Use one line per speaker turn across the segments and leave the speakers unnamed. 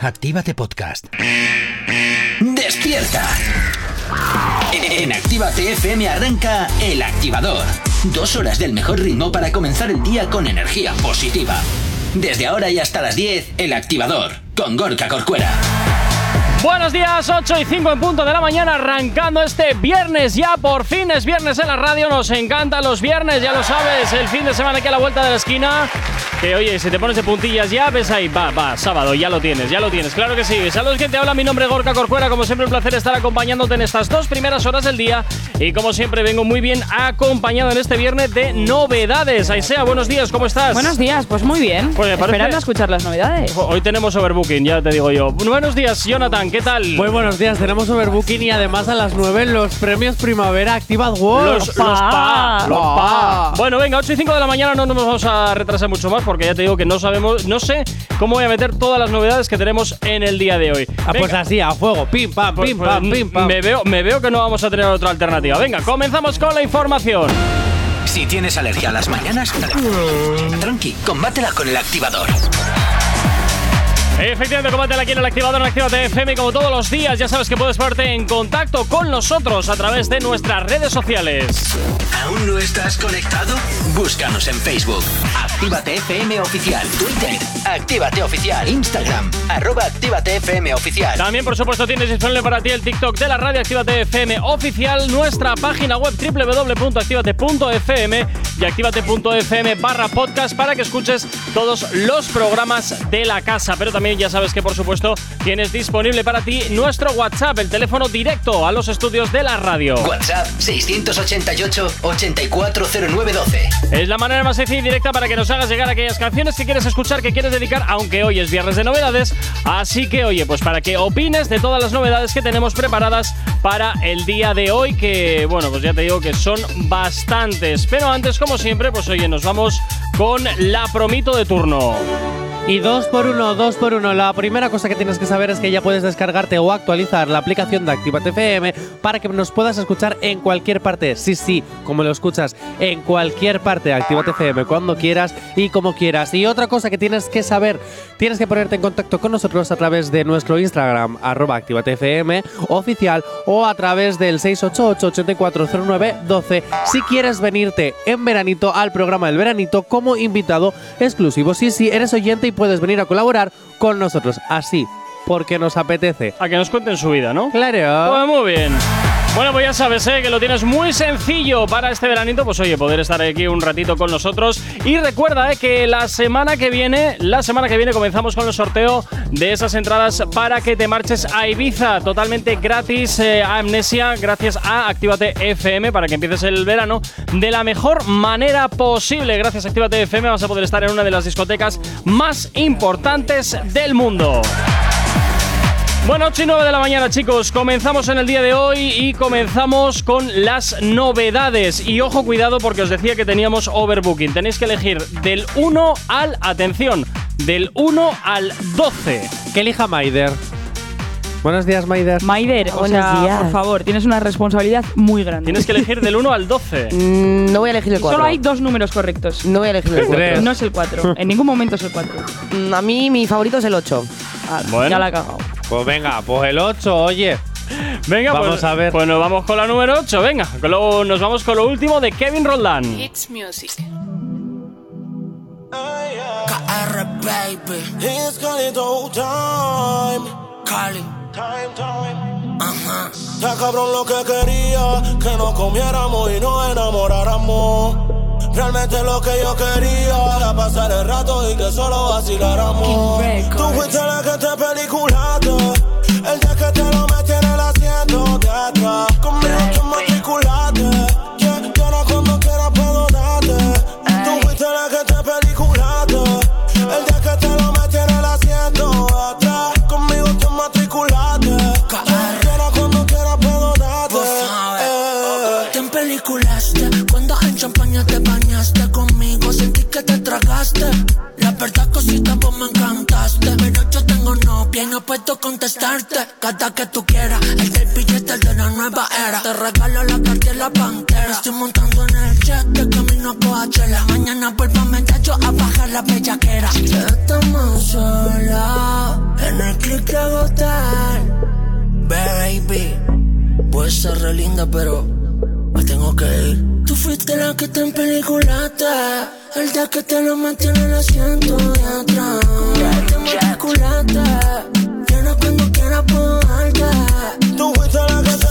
Actívate Podcast.
¡Despierta! En Actívate FM arranca El Activador. Dos horas del mejor ritmo para comenzar el día con energía positiva. Desde ahora y hasta las 10, El Activador, con Gorka Corcuera.
Buenos días, 8 y 5 en punto de la mañana, arrancando este viernes ya, por fin es viernes en la radio, nos encantan los viernes, ya lo sabes, el fin de semana aquí a la vuelta de la esquina, que oye, si te pones de puntillas ya, ves ahí, va, va, sábado, ya lo tienes, ya lo tienes, claro que sí. Saludos que te habla, mi nombre es Gorka Corcuera, como siempre un placer estar acompañándote en estas dos primeras horas del día y como siempre vengo muy bien acompañado en este viernes de novedades. Aisea, buenos días, ¿cómo estás?
Buenos días, pues muy bien.
Pues me parece-
Esperando a escuchar las novedades.
Hoy tenemos overbooking, ya te digo yo. Buenos días, Jonathan, ¿qué tal?
Muy buenos días, tenemos Overbooking y además a las 9 los premios Primavera Activad World.
Los, los pa.
Pa.
Los pa.
Pa.
Bueno, venga, 8 y 5 de la mañana no nos vamos a retrasar mucho más porque ya te digo que no sabemos, no sé cómo voy a meter todas las novedades que tenemos en el día de hoy.
Ah, pues
Venga,
así, a fuego, pim pam,
pues-
pim
pues,
pam, pim pam.
Me veo, me veo que no vamos a tener otra alternativa. Venga, comenzamos con la información.
Si tienes alergia a las mañanas, tranqui, combátela con El Activador.
Efectivamente, combátela aquí en el activador en Actívate FM. Y Como todos los días, ya sabes que puedes ponerte en contacto con nosotros a través de nuestras redes sociales.
¿Aún no estás conectado? Búscanos en Facebook. Actívate FM Oficial. Twitter. Actívate Oficial. Instagram. Arroba Actívate FM Oficial.
También, por supuesto, tienes disponible para ti el TikTok de la radio Actívate FM oficial, nuestra página web www.activate.fm y activate.fm barra podcast para que escuches todos los programas de la casa. Pero también ya sabes que, por supuesto, tienes disponible para ti nuestro WhatsApp, el teléfono directo a los estudios de la radio.
WhatsApp 688 840912.
Es la manera más sencilla y directa para que nos hagas llegar aquellas canciones que quieres escuchar, que quieres dedicar, aunque hoy es viernes de novedades. Así que, oye, pues para que opines de todas las novedades que tenemos preparadas para el día de hoy, que, bueno, pues ya te digo que son bastantes. Pero antes, como siempre, pues oye, nos vamos con la promito de turno.
Y dos por uno, dos por uno. La primera cosa que tienes que saber es que ya puedes descargarte o actualizar la aplicación de Actívate FM para que nos puedas escuchar en cualquier parte. Sí, sí, como lo escuchas, en cualquier parte. Actívate FM cuando quieras y como quieras. Y otra cosa que tienes que saber, tienes que ponerte en contacto con nosotros a través de nuestro Instagram, arroba Actívate FM oficial o a través del 688-8409-12 si quieres venirte en veranito al programa del veranito como invitado exclusivo. Sí, sí, eres oyente y puedes venir a colaborar con nosotros. Así, porque nos apetece.
A que nos cuenten su vida, ¿no?
Claro.
Pues muy bien. Bueno, pues ya sabes, ¿eh? que lo tienes muy sencillo para este veranito, pues oye, poder estar aquí un ratito con nosotros. Y recuerda ¿eh? que la semana que viene, la semana que viene comenzamos con el sorteo de esas entradas para que te marches a Ibiza, totalmente gratis eh, a Amnesia, gracias a Actívate FM, para que empieces el verano de la mejor manera posible. Gracias a Actívate FM vas a poder estar en una de las discotecas más importantes del mundo. Bueno, 8 y 9 de la mañana, chicos. Comenzamos en el día de hoy y comenzamos con las novedades. Y ojo, cuidado, porque os decía que teníamos overbooking. Tenéis que elegir del 1 al. Atención, del 1 al 12.
Que elija Maider. Buenos días, Maider.
Maider, o
Buenos
sea,
días.
por favor, tienes una responsabilidad muy grande.
Tienes que elegir del 1 al 12.
Mm, No voy a elegir
Y
el 4.
Solo hay dos números correctos.
No voy a elegir el
Tres.
4.
No es el 4. En ningún momento es el 4.
A mí mi favorito es el 8.
Bueno.
Ya la ha cagado.
Pues venga, pues el 8, oye.
Venga,
Vamos
pues,
a ver.
Pues nos vamos con la número 8. Venga, con lo- nos vamos con lo último de Kevin Roldán.
Hits Music.
KR baby He's calling the whole time Cali Time time Ajá Ya cabrón lo que quería Que nos comiéramos y nos enamoráramos Realmente lo que yo quería era pasar el rato y que solo vaciláramos. Tú fuiste la que te peliculaste, el día que te lo metí en el asiento de atrás. Conmigo te matriculaste, yeah, y ahora cuando quieras puedo darte. Tú fuiste la que te peliculaste, el día que te lo metí en el asiento atrás Conmigo te matriculaste Quiero cuando quiera puedo darte eh.
Te empeliculaste cuando en champaña te bañaste conmigo. Sentí que te tragaste. La verdad, cosita, vos me encantaste. Pero yo tengo novia y no puedo contestarte. Cada que tú quieras, el del billete, el de la nueva era. Te regalo la cartera, la pantera. Me estoy montando en el jet de camino a Coachella. Mañana vuelvo a meter yo a bajar la bellaquera. Estamos sola en el clip linda, pero me tengo que ir. Tú fuiste la que te empeliculaste, el día que te lo mantiene en el asiento de atrás. Ya te matriculaste, vienes cuando quieras por
Tú fuiste la que te matriculaste.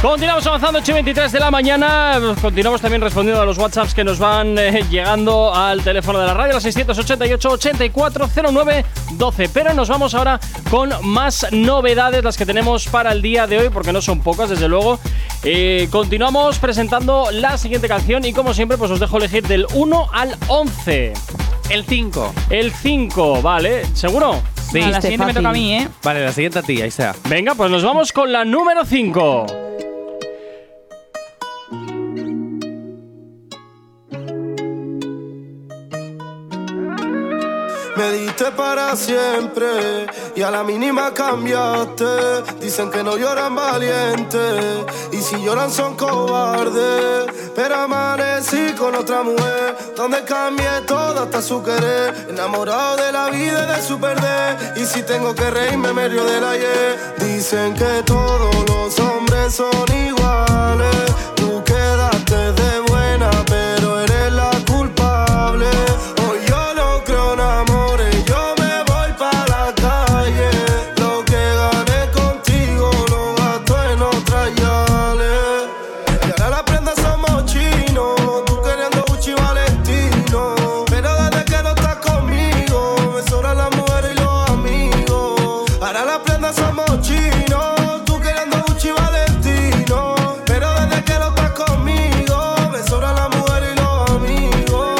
Continuamos avanzando, 8 y 23 de la mañana. Continuamos también respondiendo a los WhatsApps que nos van eh, llegando al teléfono de la radio, la 688-8409-12. Pero nos vamos ahora con más novedades, las que tenemos para el día de hoy, porque no son pocas, desde luego. Eh, continuamos presentando la siguiente canción y, como siempre, pues os dejo elegir del 1 al 11.
El 5.
El 5, vale, ¿seguro?
Sí.
a la siguiente me toca a
fácil.
mí, ¿eh?
Vale, la siguiente a ti, ahí sea.
Venga, pues nos vamos con la número 5.
Me diste para siempre y a la mínima cambiaste. Dicen que no lloran valientes y si lloran son cobardes. Pero amanecí con otra mujer donde cambié todo hasta su querer. Enamorado de la vida y de su perder. Y si tengo que reírme, me río del ayer. Dicen que todos los hombres son iguales. Tú quedaste de buena, pero eres la culpable. Hoy yo no creo en amores, yo me voy para la calle. Lo que gané contigo lo gasto en otras yales. Y ahora las prendas somos chinos, tú queriendo Gucci Valentino. Pero desde que no estás conmigo, me sobran las mujeres y los amigos. Ahora las prendas somos chinos, tú queriendo Gucci Valentino. Pero desde que no estás conmigo, me sobran las mujeres y los amigos.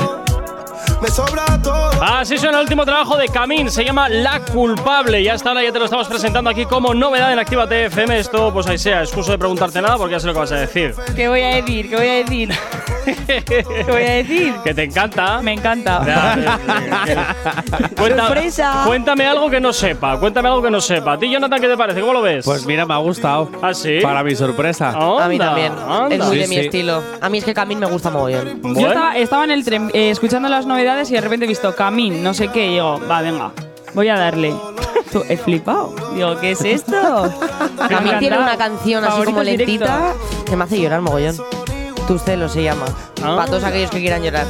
Me sobra todo.
Así suena el último trabajo de Camín, se llama La Culpable. Ya está, ahora ya te lo estamos presentando aquí como novedad en Activa TFM. Esto, pues ahí sea, excuso de preguntarte nada porque ya sé lo que vas a decir.
¿Qué voy a decir? ¿Qué voy a decir? ¿Qué voy a decir?
que te encanta.
Me encanta.
Ya, eh, eh, cuenta-
Sorpresa.
Cuéntame algo que no sepa, cuéntame algo que no sepa. ¿A ti, Jonathan, qué te parece? ¿Cómo lo ves?
Pues mira, me ha gustado.
¿Ah, sí?
Para mi sorpresa.
A mí también.
anda.
Es muy
Sí,
de mi
sí.
estilo. A mí es que Camín me gusta mogollón.
Yo
Bueno.
estaba, estaba en el tren eh, escuchando las novedades y de repente he visto Camín, no sé qué, y digo, va, venga, voy a darle. Tú, he flipado. Digo, ¿qué es esto? Me ha
Camín tiene
encantado.
una canción así
Favoritos
como lentita
directo.
que me hace llorar mogollón. Tus celos se llama.
Ah.
Para todos aquellos que quieran llorar.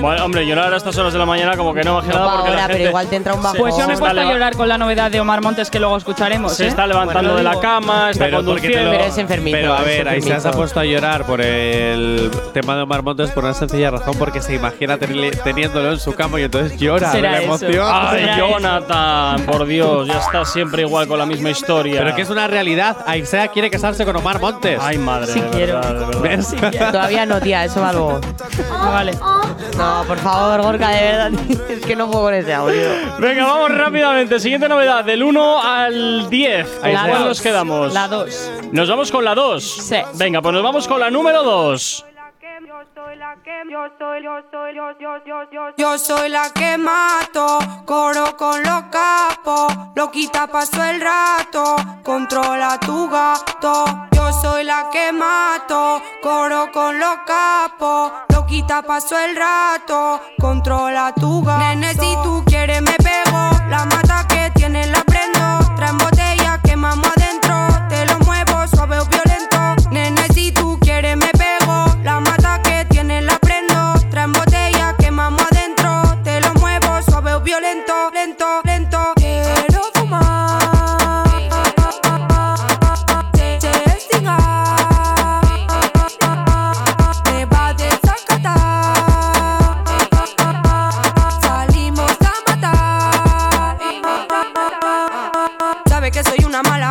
Bueno, hombre, yo ahora a estas horas de la mañana como que no bajé
No
nada
pa'
porque la
ahora,
gente
pero igual te entra un bajón.
Pues yo me he
Está
puesto a
leva-
llorar con la novedad de Omar Montes que luego escucharemos.
se
¿eh?
está levantando
Bueno,
de la
digo,
cama, está
Pero porque te
conduciendo.
lo-
Pero es enfermito,
Pero a
es
ver, ahí se
enfermito.
ha puesto a llorar por el tema de Omar Montes por una sencilla razón, porque se imagina tenerle- teniéndolo en su cama y entonces llora de
Será
la
eso.
emoción.
Ay,
Será
Jonathan, por Dios, ya está siempre igual con la misma historia.
Pero que es una realidad. Aisea quiere casarse con Omar Montes.
Ay, madre.
Sí
de
quiero.
verdad, de verdad.
¿Ves?
Todavía no, tía, eso va luego.
Vale.
No, por favor, Gorka, de verdad. Es que no puedo con ese audio.
Venga, vamos rápidamente. Siguiente novedad, del 1 al 10. ¿Con
Ahí
cuál
está.
nos quedamos?
La 2.
Nos vamos con la 2.
Sí.
Venga, pues nos vamos con la número 2.
Yo soy la que mato, coro con los capos, loquita pasó el rato, controla tu gato. Yo soy la que mato, coro con los capos, loquita pasó el rato, controla tu gato. Nene, si tú quieres me pego, la mata que tiene la prendo, traen botella, quemamos adentro, te lo muevo suave o violento. Nene, si tú quieres me pego, la mata que tiene la prendo, traen botella,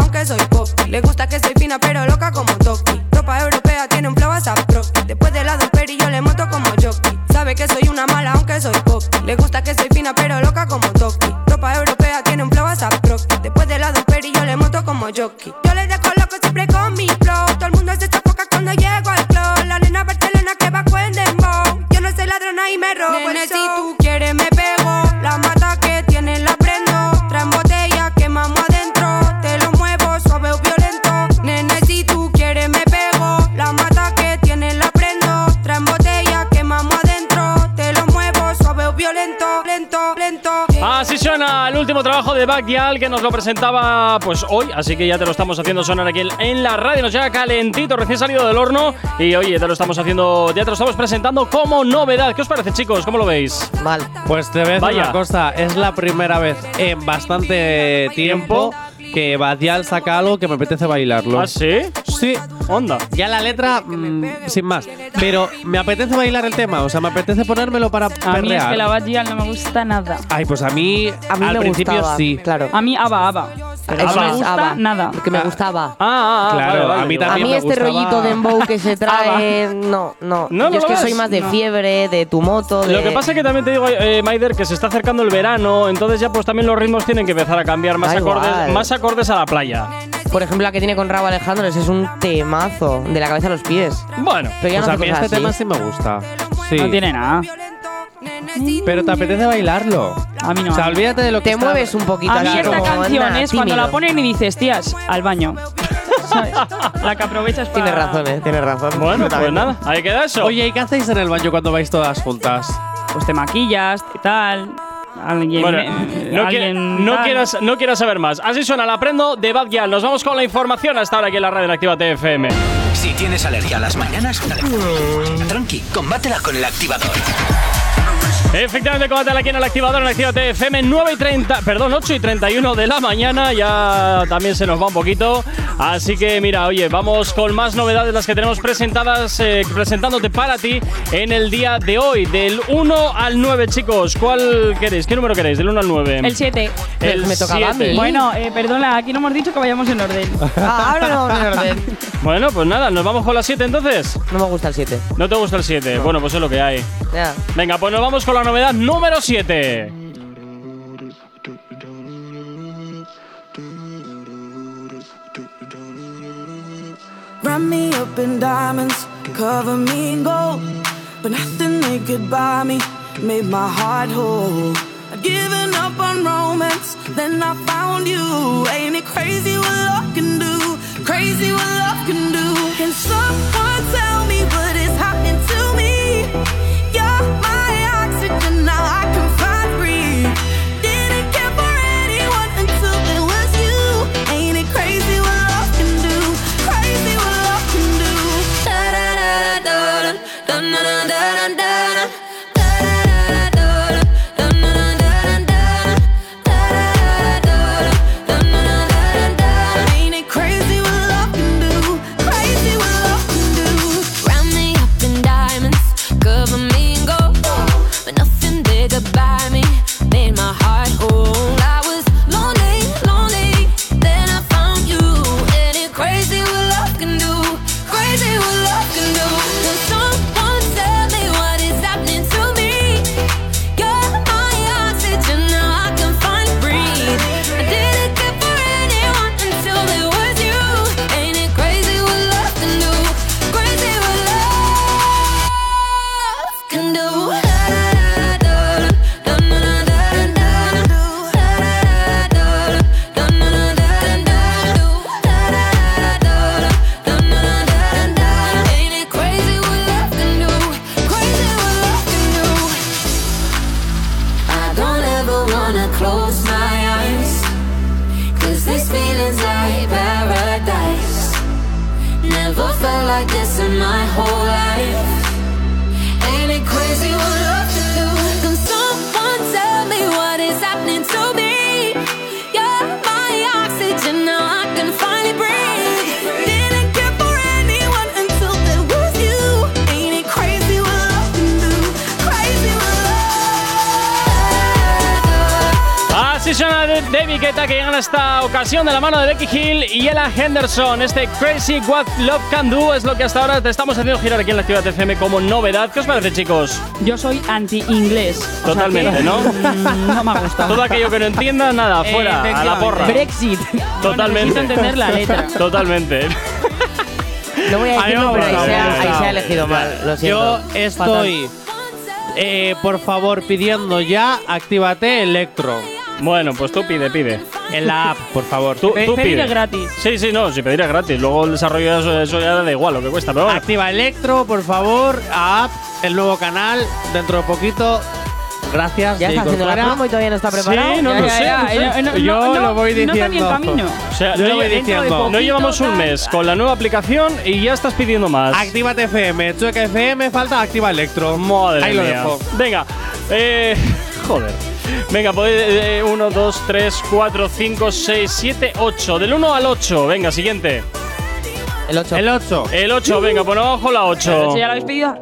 aunque soy pop. Le gusta que soy fina, pero loca como Toki. Ropa europea tiene un flow a Después de lado peri yo le moto como jockey. Sabe que soy una mala, aunque soy pop. Le gusta que soy fina, pero loca como Toki. Ropa europea tiene un flow a Después de lado peri yo le moto como jockey. Yo le descoloco siempre con mi flow. Todo el mundo se sofoca cuando llego al flow. La nena Barcelona que va con dembow. Yo no soy ladrona y me robo
Nene,
el
si
show. tú quieres me pego. La mata que tiene la prendo. Traen botella, quemamos adentro. Te lo muevo suave o violento. Nene, si tú quieres me pego. La mata que tiene la prendo. Traen botella, quemamos adentro. Te lo muevo suave o violento. Lento, lento.
Así suena el último trabajo de Backyal que nos lo presentaba pues hoy, así que ya te lo estamos haciendo sonar aquí en la radio, nos llega calentito, recién salido del horno y oye, te lo estamos haciendo, ya te lo estamos presentando como novedad. ¿Qué os parece, chicos? ¿Cómo lo veis?
Mal.
Pues te voy a decir
Vaya.
una cosa, es la primera vez en bastante tiempo que Badial saca algo que me apetece bailarlo.
¿Ah, sí?
Sí,
Onda.
ya la letra, mm, sin más. Pero me apetece bailar el tema, o sea, me apetece ponérmelo para
A mí es que la
perrear.
Bad Gyal no me gusta nada.
Ay, pues a mí,
A mí
al
me
principio
gustaba,
sí.
Claro.
A mí, ABBA, ABBA. Pero
Eso
no me
es,
gusta
ABBA.
nada.
Porque me gustaba.
Ah, ah, ah,
Claro, a mí
digo.
A
también
mí
me
este
gustaba-
rollito de dembow que se trae, no, no.
No, no
Yo es
lo
que
ves.
soy más de
No.
fiebre, de tu moto, de
Lo que pasa es que también te digo, eh, Maider, que se está acercando el verano, entonces ya pues también los ritmos tienen que empezar a cambiar más,
Da
acordes,
igual.
más acordes a la playa.
por ejemplo, la que tiene con Rabo Alejandro ese es un temazo de la cabeza a los pies.
Bueno,
Pero ya
Pues
no
a
hace
mí
cosas
este tema
así.
sí me gusta. Sí.
No tiene nada.
Pero te apetece bailarlo.
A mí no.
O sea, olvídate de lo que
Te
está-
mueves un poquito.
A mí
así,
esta
como,
canción
anda,
es cuando
tímido.
la ponen y dices, tías, al baño. ¿Sabes? La que aprovechas para...
Tienes razón, eh, tienes razón.
bueno, pues nada, ahí queda eso.
Oye, ¿y qué hacéis en el baño cuando vais todas juntas?
Pues te maquillas, te tal... Alguien,
Bueno,
eh,
no,
alguien
qui- no
tal.
quieras, no quieras saber más. Así suena la aprendo de Bad Gyal. Nos vamos con la información hasta ahora aquí en la radio en Activa TFM.
Si tienes alergia a las mañanas, dale. tranqui, combátela con el activador.
Efectivamente, combate aquí en el activador en Activa TFM 9 y 30, perdón, 8 y 31 de la mañana. Ya también se nos va un poquito. Así que mira, oye, vamos con más novedades las que tenemos presentadas, eh, presentándote para ti en el día de hoy. Del 1 al 9, chicos. ¿Cuál queréis? ¿Qué número queréis? Del 1 al 9.
El 7.
Em, El
Me tocaba a mí.
siete.
Bueno, eh, perdona, aquí no hemos dicho que vayamos en orden.
Ah, ahora no, no, no, no,
Bueno, pues nada, nos vamos con la 7 entonces.
no me gusta el 7.
¿No te gusta el 7? Bueno, pues es lo que hay.
Ya.
Venga, pues nos vamos con la novedad número 7.
Wrap me up in diamonds, cover me in gold. But nothing they could buy me made my heart whole. I'd given up on romance, then I found you. Ain't it crazy what love can do? Crazy what love can do. Can someone tell me what is happening to me? You're my oxygen, now I can find breathe. Didn't care for anyone until it was you. Ain't it crazy what love can do? Crazy what love can do. Da da da da da da da da da da da. Ain't it crazy what love can do? Crazy what love can do. Round me up in diamonds, cover me in gold, but nothing they could buy me made my heart whole. I was lonely, lonely, then I found you. Ain't it crazy what love can do? Crazy what love can do. Can someone tell me what is happening to me? You're my oxygen, now I can find breathe. I didn't care for anyone until it was you. Ain't it crazy what love can do? Crazy what love can do. Ain't it crazy what love can do? Crazy what love can do. I don't ever wanna close my eyes. Cause this feeling's like paradise. Never felt like this in my whole life. Ain't it crazy what love can do? Can someone tell me what is happening to me? You're my oxygen, now I can finally breathe. Didn't care for anyone until there was you. Ain't it crazy what love can do? Crazy what love.
Así suena de de Viqueta que llegan a esta ocasión de la mano de Becky Hill y Ella Henderson. Este Crazy What Love Can Do es lo que hasta ahora te estamos haciendo girar aquí en la Actividad FM como novedad. ¿Qué os parece, chicos?
Yo soy anti-inglés. o sea
Totalmente,
que- mm,
¿no?
No me gusta.
Todo aquello que no entiendas, nada, fuera, a la
Eh, Efectivamente.
porra.
Brexit.
Totalmente.
Necesito entender la letra.
Totalmente.
Lo voy a
A mí
decir,
me ha
pero ahí
gustado,
se
me ha
ha- ahí se
gustado.
ha elegido mal. Lo siento.
Yo estoy, eh, por favor, pidiendo ya, actívate Electro.
Bueno, pues tú pide, pide.
En la app, por favor.
Tú,
Pe-
tú
pedir
pide.
es gratis.
Sí, sí, no, si pedir es gratis. Luego el desarrollo eso, eso ya da igual lo que cuesta, pero bueno.
Activa Electro, por favor, a app, el nuevo canal, dentro de poquito. Gracias,
Ya
se
está haciendo la
incorpora.
promo y todavía no está preparado.
no
Ya,
lo
ya,
sé,
ya,
no sé.
eh, no, no,
Yo
no,
lo voy
No está ni en
diciendo.
camino.
O sea,
Yo
no,
voy
lle-
diciendo.
no
Poquito,
llevamos un
tal.
mes con la nueva aplicación y ya estás pidiendo más.
Actívate FM, Chueca FM, falta Activa Electro.
Madre
Ahí
mía.
lo dejo.
Venga, eh, joder. Venga, pues, eh, podéis. 1, 2, 3, 4, 5, 6, 7, 8. Del 1 al 8. Venga, siguiente.
El 8.
El 8.
El 8, venga, ponemos abajo la 8.
¿Eso ya lo habéis pedido?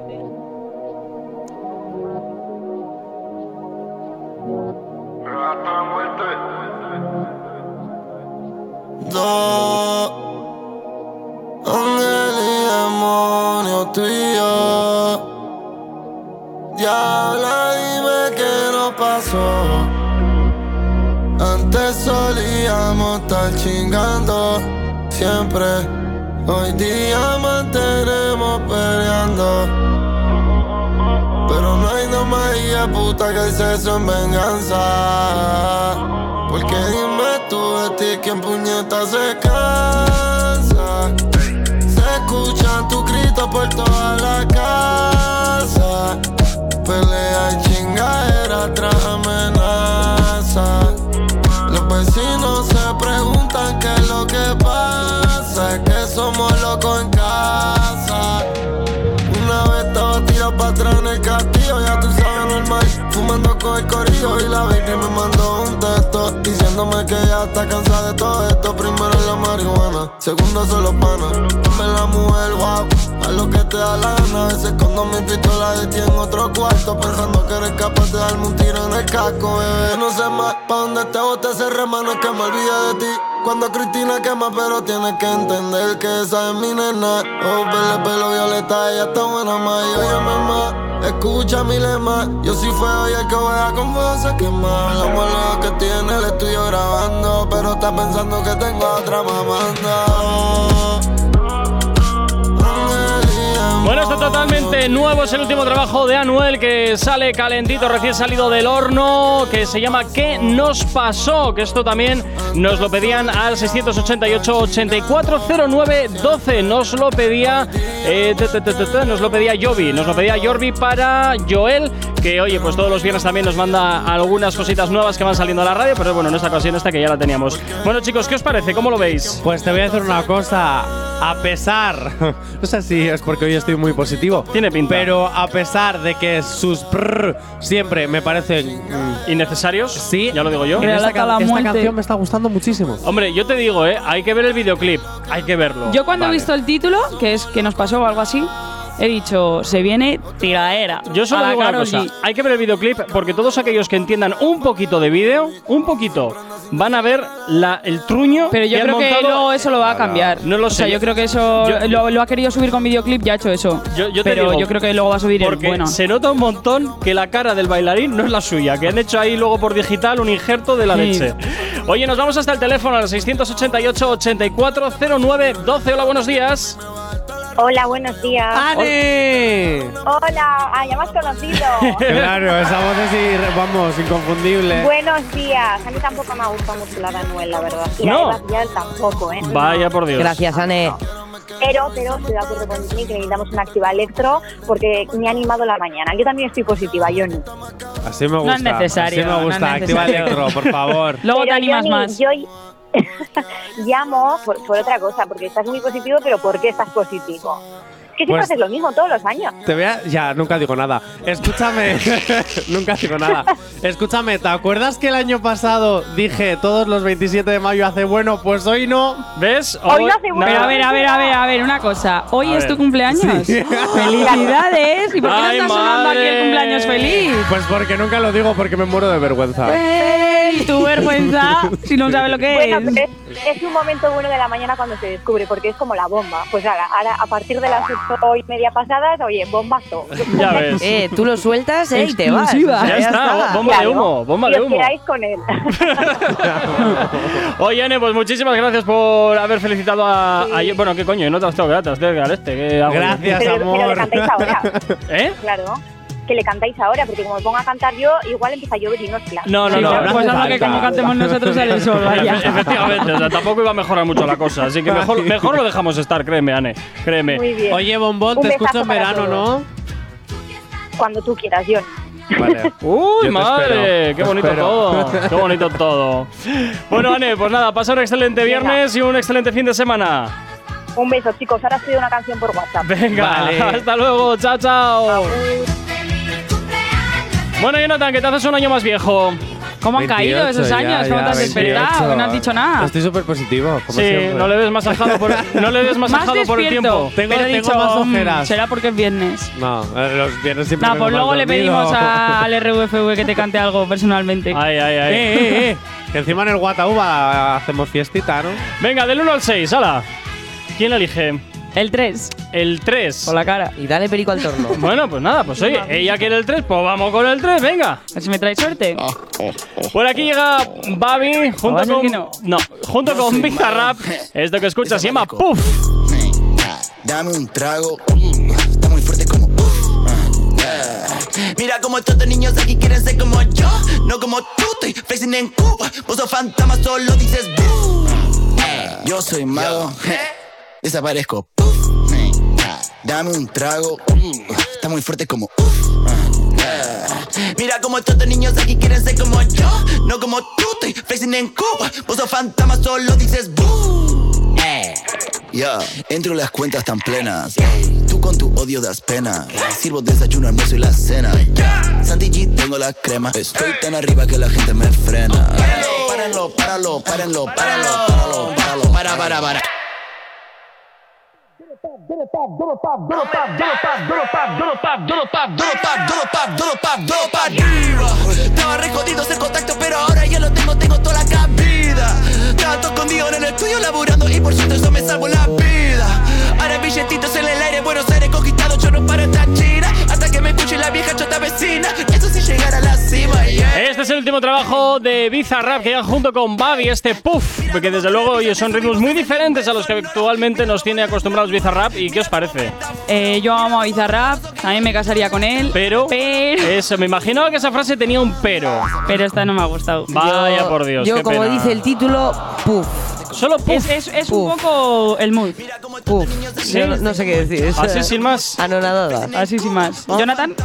No, un demonio tú y yo. Diabla, dime qué nos pasó. Antes solíamos estar chingando siempre. Hoy día mantenemos peleando. Pero no hay nomás hija puta que hice eso en venganza. Porque dime tú de ti quién puñeta se cansa. Se escuchan tus gritos por toda la casa. Pelea y chingadera tras amenaza. Los vecinos se preguntan qué es lo que pasa. Es que somos locos en casa. Una vez estaba tirado para atrás en el castillo, ya tú sabes normal. Fumando con el corillo y la baby me mandó un texto diciéndome que ya está cansada de todo esto. Primero la marihuana, segundo solo pana. Dame la mujer, wow, a lo que te da la gana. A veces cuando mi pistola de ti en otro cuarto, pensando que eres capaz de darme un tiro en el casco, bebé. No sé más pa' dónde te bote ese remano es que me olvida de ti. Cuando Cristina quema, pero tienes que entender que esa es mi nena. Oh, pele, pelo violeta, ella está buena, más. Y oye, mamá, escucha mi lema. Yo soy feo y el que voy a confesar que más. La lo que tiene, le estoy grabando. Pero está pensando que tengo a otra mamanda. Oh, Angelina,
Bueno, está totalmente nuevo. Es el último trabajo de Anuel que sale calentito, recién salido del horno, que se llama ¿Qué nos pasó? Que esto también nos lo pedían al 688-8409-12. Nos lo pedía. eh, te, te, te, te, te, nos lo pedía Jovi. Nos lo pedía Jorvi para Joel, que oye, pues todos los viernes también nos manda algunas cositas nuevas que van saliendo a la radio, pero bueno, en esta ocasión esta que ya la teníamos. Bueno, chicos, ¿qué os parece? ¿Cómo lo veis?
Pues te voy a decir una cosa. A pesar, no sé si es porque hoy estoy muy positivo.
Tiene pinta.
Pero a pesar de que sus prrr siempre me parecen. mm,
¿Innecesarios?
Sí.
Ya lo digo yo.
Mira,
esta,
la
ca-
cala
esta
muerte.
canción me está gustando muchísimo.
Hombre, yo te digo, ¿eh? Hay que ver el videoclip. Hay que verlo.
Yo cuando
Vale.
he visto el título, que es que nos pasó o algo así, he dicho, se viene tiraera.
Yo
a
solo
la
digo una
Karol
cosa.
G.
Hay que ver el videoclip porque todos aquellos que entiendan un poquito de vídeo, un poquito, van a ver la, el truño
Pero yo
que han
creo que
montado.
luego eso lo va a cambiar.
No lo
O sea,
sé.
yo creo que eso
Yo-
lo, lo ha querido subir con videoclip, ya ha hecho eso.
Yo- yo te
Pero
digo,
yo creo que luego va a subir el
Porque
bueno.
se nota un montón que la cara del bailarín no es la suya, que han hecho ahí luego por digital un injerto de la
Sí.
leche. Oye, nos vamos hasta el teléfono al 688-8409-12. Hola, buenos días.
Hola, buenos días.
Ah.
¡Ane!
Hola, ah, ya me has conocido.
claro, esa voz es, ir- vamos, inconfundible.
buenos días. A mí tampoco me ha gustado mucho la de Anuel, la verdad. Y
No.
la de Bad Gyal tampoco, ¿eh?
Vaya por Dios.
Gracias, Ane.
Pero, pero estoy de acuerdo con Nick, que necesitamos una activa electro porque me ha animado la mañana. Yo también estoy positiva, Johnny.
Así me
No
gusta.
es necesario,
Así me
no
gusta.
es
Activa
necesario.
Electro, por favor.
Luego te
Pero,
animas
Johnny,
más.
Yo llamo por, por otra cosa, porque estás muy positivo, pero ¿por qué estás positivo? Es que siempre
Pues-
haces lo mismo todos los años.
Te voy a- Ya, nunca digo nada. Escúchame. nunca digo nada. Escúchame, ¿te acuerdas que el año pasado dije todos los 27 de mayo hace bueno? Pues hoy no.
¿Ves?
Hoy no hace
Pero
nada.
a ver, a ver, a ver, a ver, una cosa. ¿Hoy
A
es
ver.
tu cumpleaños?
Sí.
¡Felicidades! ¿Y por qué no
Ay,
estás sonando aquí
madre.
el cumpleaños feliz?
Pues porque nunca lo digo, porque me muero de vergüenza.
Eh, Miguel, tu vergüenza, si no sabes lo que
Bueno,
es.
pero es, es un momento bueno de la mañana cuando se descubre, porque es como la bomba. Pues ahora, ahora a partir de las ocho y media pasadas, oye, bombazo.
Ya ves.
Eh, tú lo sueltas eh, y te vas.
Exclusiva.
Ya está, bomba de humo, bomba
Y
de
os
humo.
quedáis con él.
Oye, Ene, pues muchísimas gracias por haber felicitado a. a- bueno, qué coño, no te has tengo que dar, te has tenido que dar este. ¿qué hago yo?
Gracias,
Pero, pero le
amor.
cantáis ahora,
¿Eh?
claro. Que le cantáis ahora, porque como me ponga a cantar yo, igual empieza a llover y no es claro.
No, no,
Sí,
no.
pues
no
pues
hace
hazlo que
falta.
como cantemos nosotros sale el sol, vaya.
Efe- Efectivamente, o sea, tampoco iba a mejorar mucho la cosa, así que mejor, mejor lo dejamos estar, créeme, Ane, créeme.
Muy bien.
Oye, Bombón,
Un
te escucho
besazo
en
para
verano,
todos.
¿no?
Cuando tú quieras, John.
Vale.
Uy,
Yo te
madre,
espero,
qué
te
bonito
espero.
todo, qué bonito todo. Bueno, Ane, pues nada, pasa un excelente
Venga.
viernes y un excelente fin de semana.
Un beso, chicos. Ahora os pido una canción por WhatsApp.
Venga,
Vale.
hasta luego, chao, chao. Bueno, Jonathan, que te haces un año más viejo.
¿Cómo han caído
28
esos
ya,
años? ¿Cómo
ya,
te has despertado?
28.
No has dicho nada.
Estoy súper positivo, como
Sí,
siempre.
no le ves más ajado por, no le ves más
Más
ajado por el
despierto,
tiempo.
Tengo-
pero he
tengo
dicho,
más
"Mm,
ojeras".
será porque es viernes.
No, eh, los viernes siempre
Nah,
vengo
pues
mal
luego le
dormido.
pedimos a- al RVFV que te cante algo personalmente.
Ay, ay, ay.
Eh, eh, eh. Que encima en el Guatauba hacemos fiestita, ¿no?
Venga, del 1 al 6, ala. ¿Quién elige?
El 3,
El 3.
por la cara.
Y dale perico al torno.
Bueno, pues nada, pues oye, ella quiere el 3, pues vamos con el 3, venga.
A ver si me trae suerte.
Por aquí llega Babi
Va a
junto
ser
con.
que no.
junto con Bizarrap. Esto que escuchas se llama Puff.
Dame un trago. Mm, está muy fuerte como. uf. Ah, yeah. Mira como estos dos niños aquí quieren ser como yo. No como tú, estoy flexing en Cuba. Vos sos fantasma, solo dices boo. Ah, Yo soy mago. Desaparezco. Puf. Ah, Dame un trago. Mm, está muy fuerte como. uf. Ah, yeah. Mira como estos dos niños aquí quieren ser como yo. No como tú, estoy flexing en Cuba. Vos sos fantasma, solo dices boo. Ah. Ya, entro en las cuentas tan plenas. Tú con tu odio das pena. Sirvo desayuno, almuerzo y la cena. Santi G, tengo la crema. Estoy tan arriba que la gente me frena. Párenlo, párenlo, párenlo, párenlo, párenlo, para, para, para. Duro pa, duro pa, duro pa, duro pa arriba. Estaba re jodido ser contacto, pero ahora ya lo tengo, tengo toda la cabida. Tanto escondido en el estudio laburando y por cierto eso me salvo la vida. Ahora billetitos en el aire, Buenos Aires conquistado, yo no paro esta china. Hasta que me escuche la vieja chota vecina, eso sí llegar a la cima, yeah.
Este es el último trabajo de Bizarrap que llega junto con Babi, este Puff. Que desde luego oye, son ritmos muy diferentes a los que actualmente nos tiene acostumbrados Bizarrap. ¿Y qué os parece?
Eh, yo amo a Bizarrap, también me casaría con él.
Pero.
Pero,
Eso, me imaginaba que esa frase tenía un pero.
pero esta no me ha gustado.
Vaya por Dios.
Yo,
qué
como
pena.
dice el título, puff,
Solo Puff.
Es, es- es un
Uf.
poco el mood,
puff. Yo no, no sé qué decir. es-
eh,
Así sin más.
Anonadada.
así sin más. Jonathan,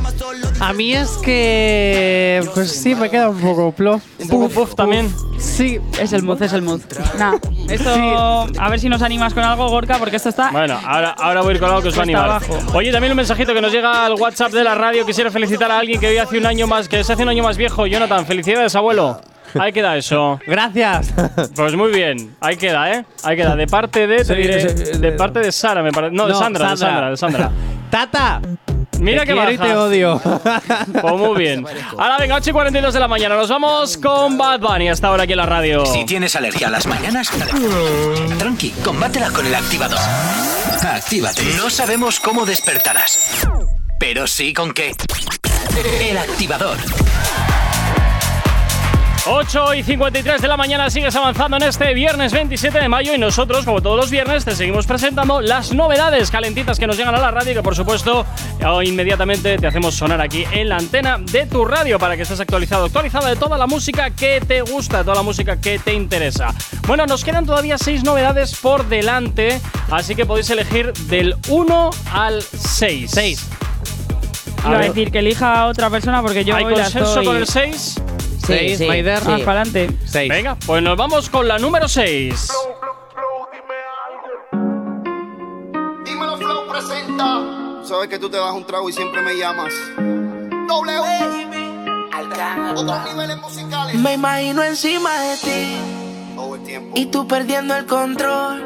A mí es que. Pues sí, me queda un poco plof.
Un poco Puff también.
Sí.
es el mood, es el mood. Nah, esto, a ver si nos animas con algo, Gorka, porque esto está
Bueno, ahora, ahora voy a ir con algo que os va a animar.
Cuesta
Oye, también un mensajito que nos llega al WhatsApp de la radio. Quisiera felicitar a alguien que hoy hace un año más, que se hace un año más viejo. Jonathan, felicidades, abuelo. Ahí queda eso.
Gracias.
Pues muy bien, ahí queda, ¿eh? Ahí queda. De parte de. te
Sí,
diré-
sí, sí,
de
sí.
parte de Sara, me parece. No, de Sandra, de Sandra, de Sandra.
Tata.
Mira
te
que
quiero y
baja.
te odio.
Pues muy bien. Ahora venga, 8 y 42 de la mañana. Nos vamos con Bad Bunny hasta ahora aquí en la radio.
Si tienes alergia a las mañanas, tranqui, combátela con el activador. Actívate. No sabemos cómo despertarás, pero sí con qué. El activador.
8 y 53 de la mañana sigues avanzando en este viernes 27 de mayo y nosotros, como todos los viernes, te seguimos presentando las novedades calentitas que nos llegan a la radio y que, por supuesto, eh, inmediatamente te hacemos sonar aquí en la antena de tu radio para que estés actualizado, actualizada de toda la música que te gusta, toda la música que te interesa. Bueno, nos quedan todavía seis novedades por delante, así que podéis elegir del 1 al 6. 6.
Iba a decir que elija a otra persona porque yo
¿Hay
hoy la
consenso
estoy
con el 6?
Seis, Maider.
más para adelante.
Seis.
Ah, Venga, pues nos vamos con la número 6.
Dímelo Flow presenta.
Sabes que tú te das un trago y siempre me llamas.
W. Otros niveles musicales.
Me imagino encima de ti
Todo el tiempo.
y tú perdiendo el control.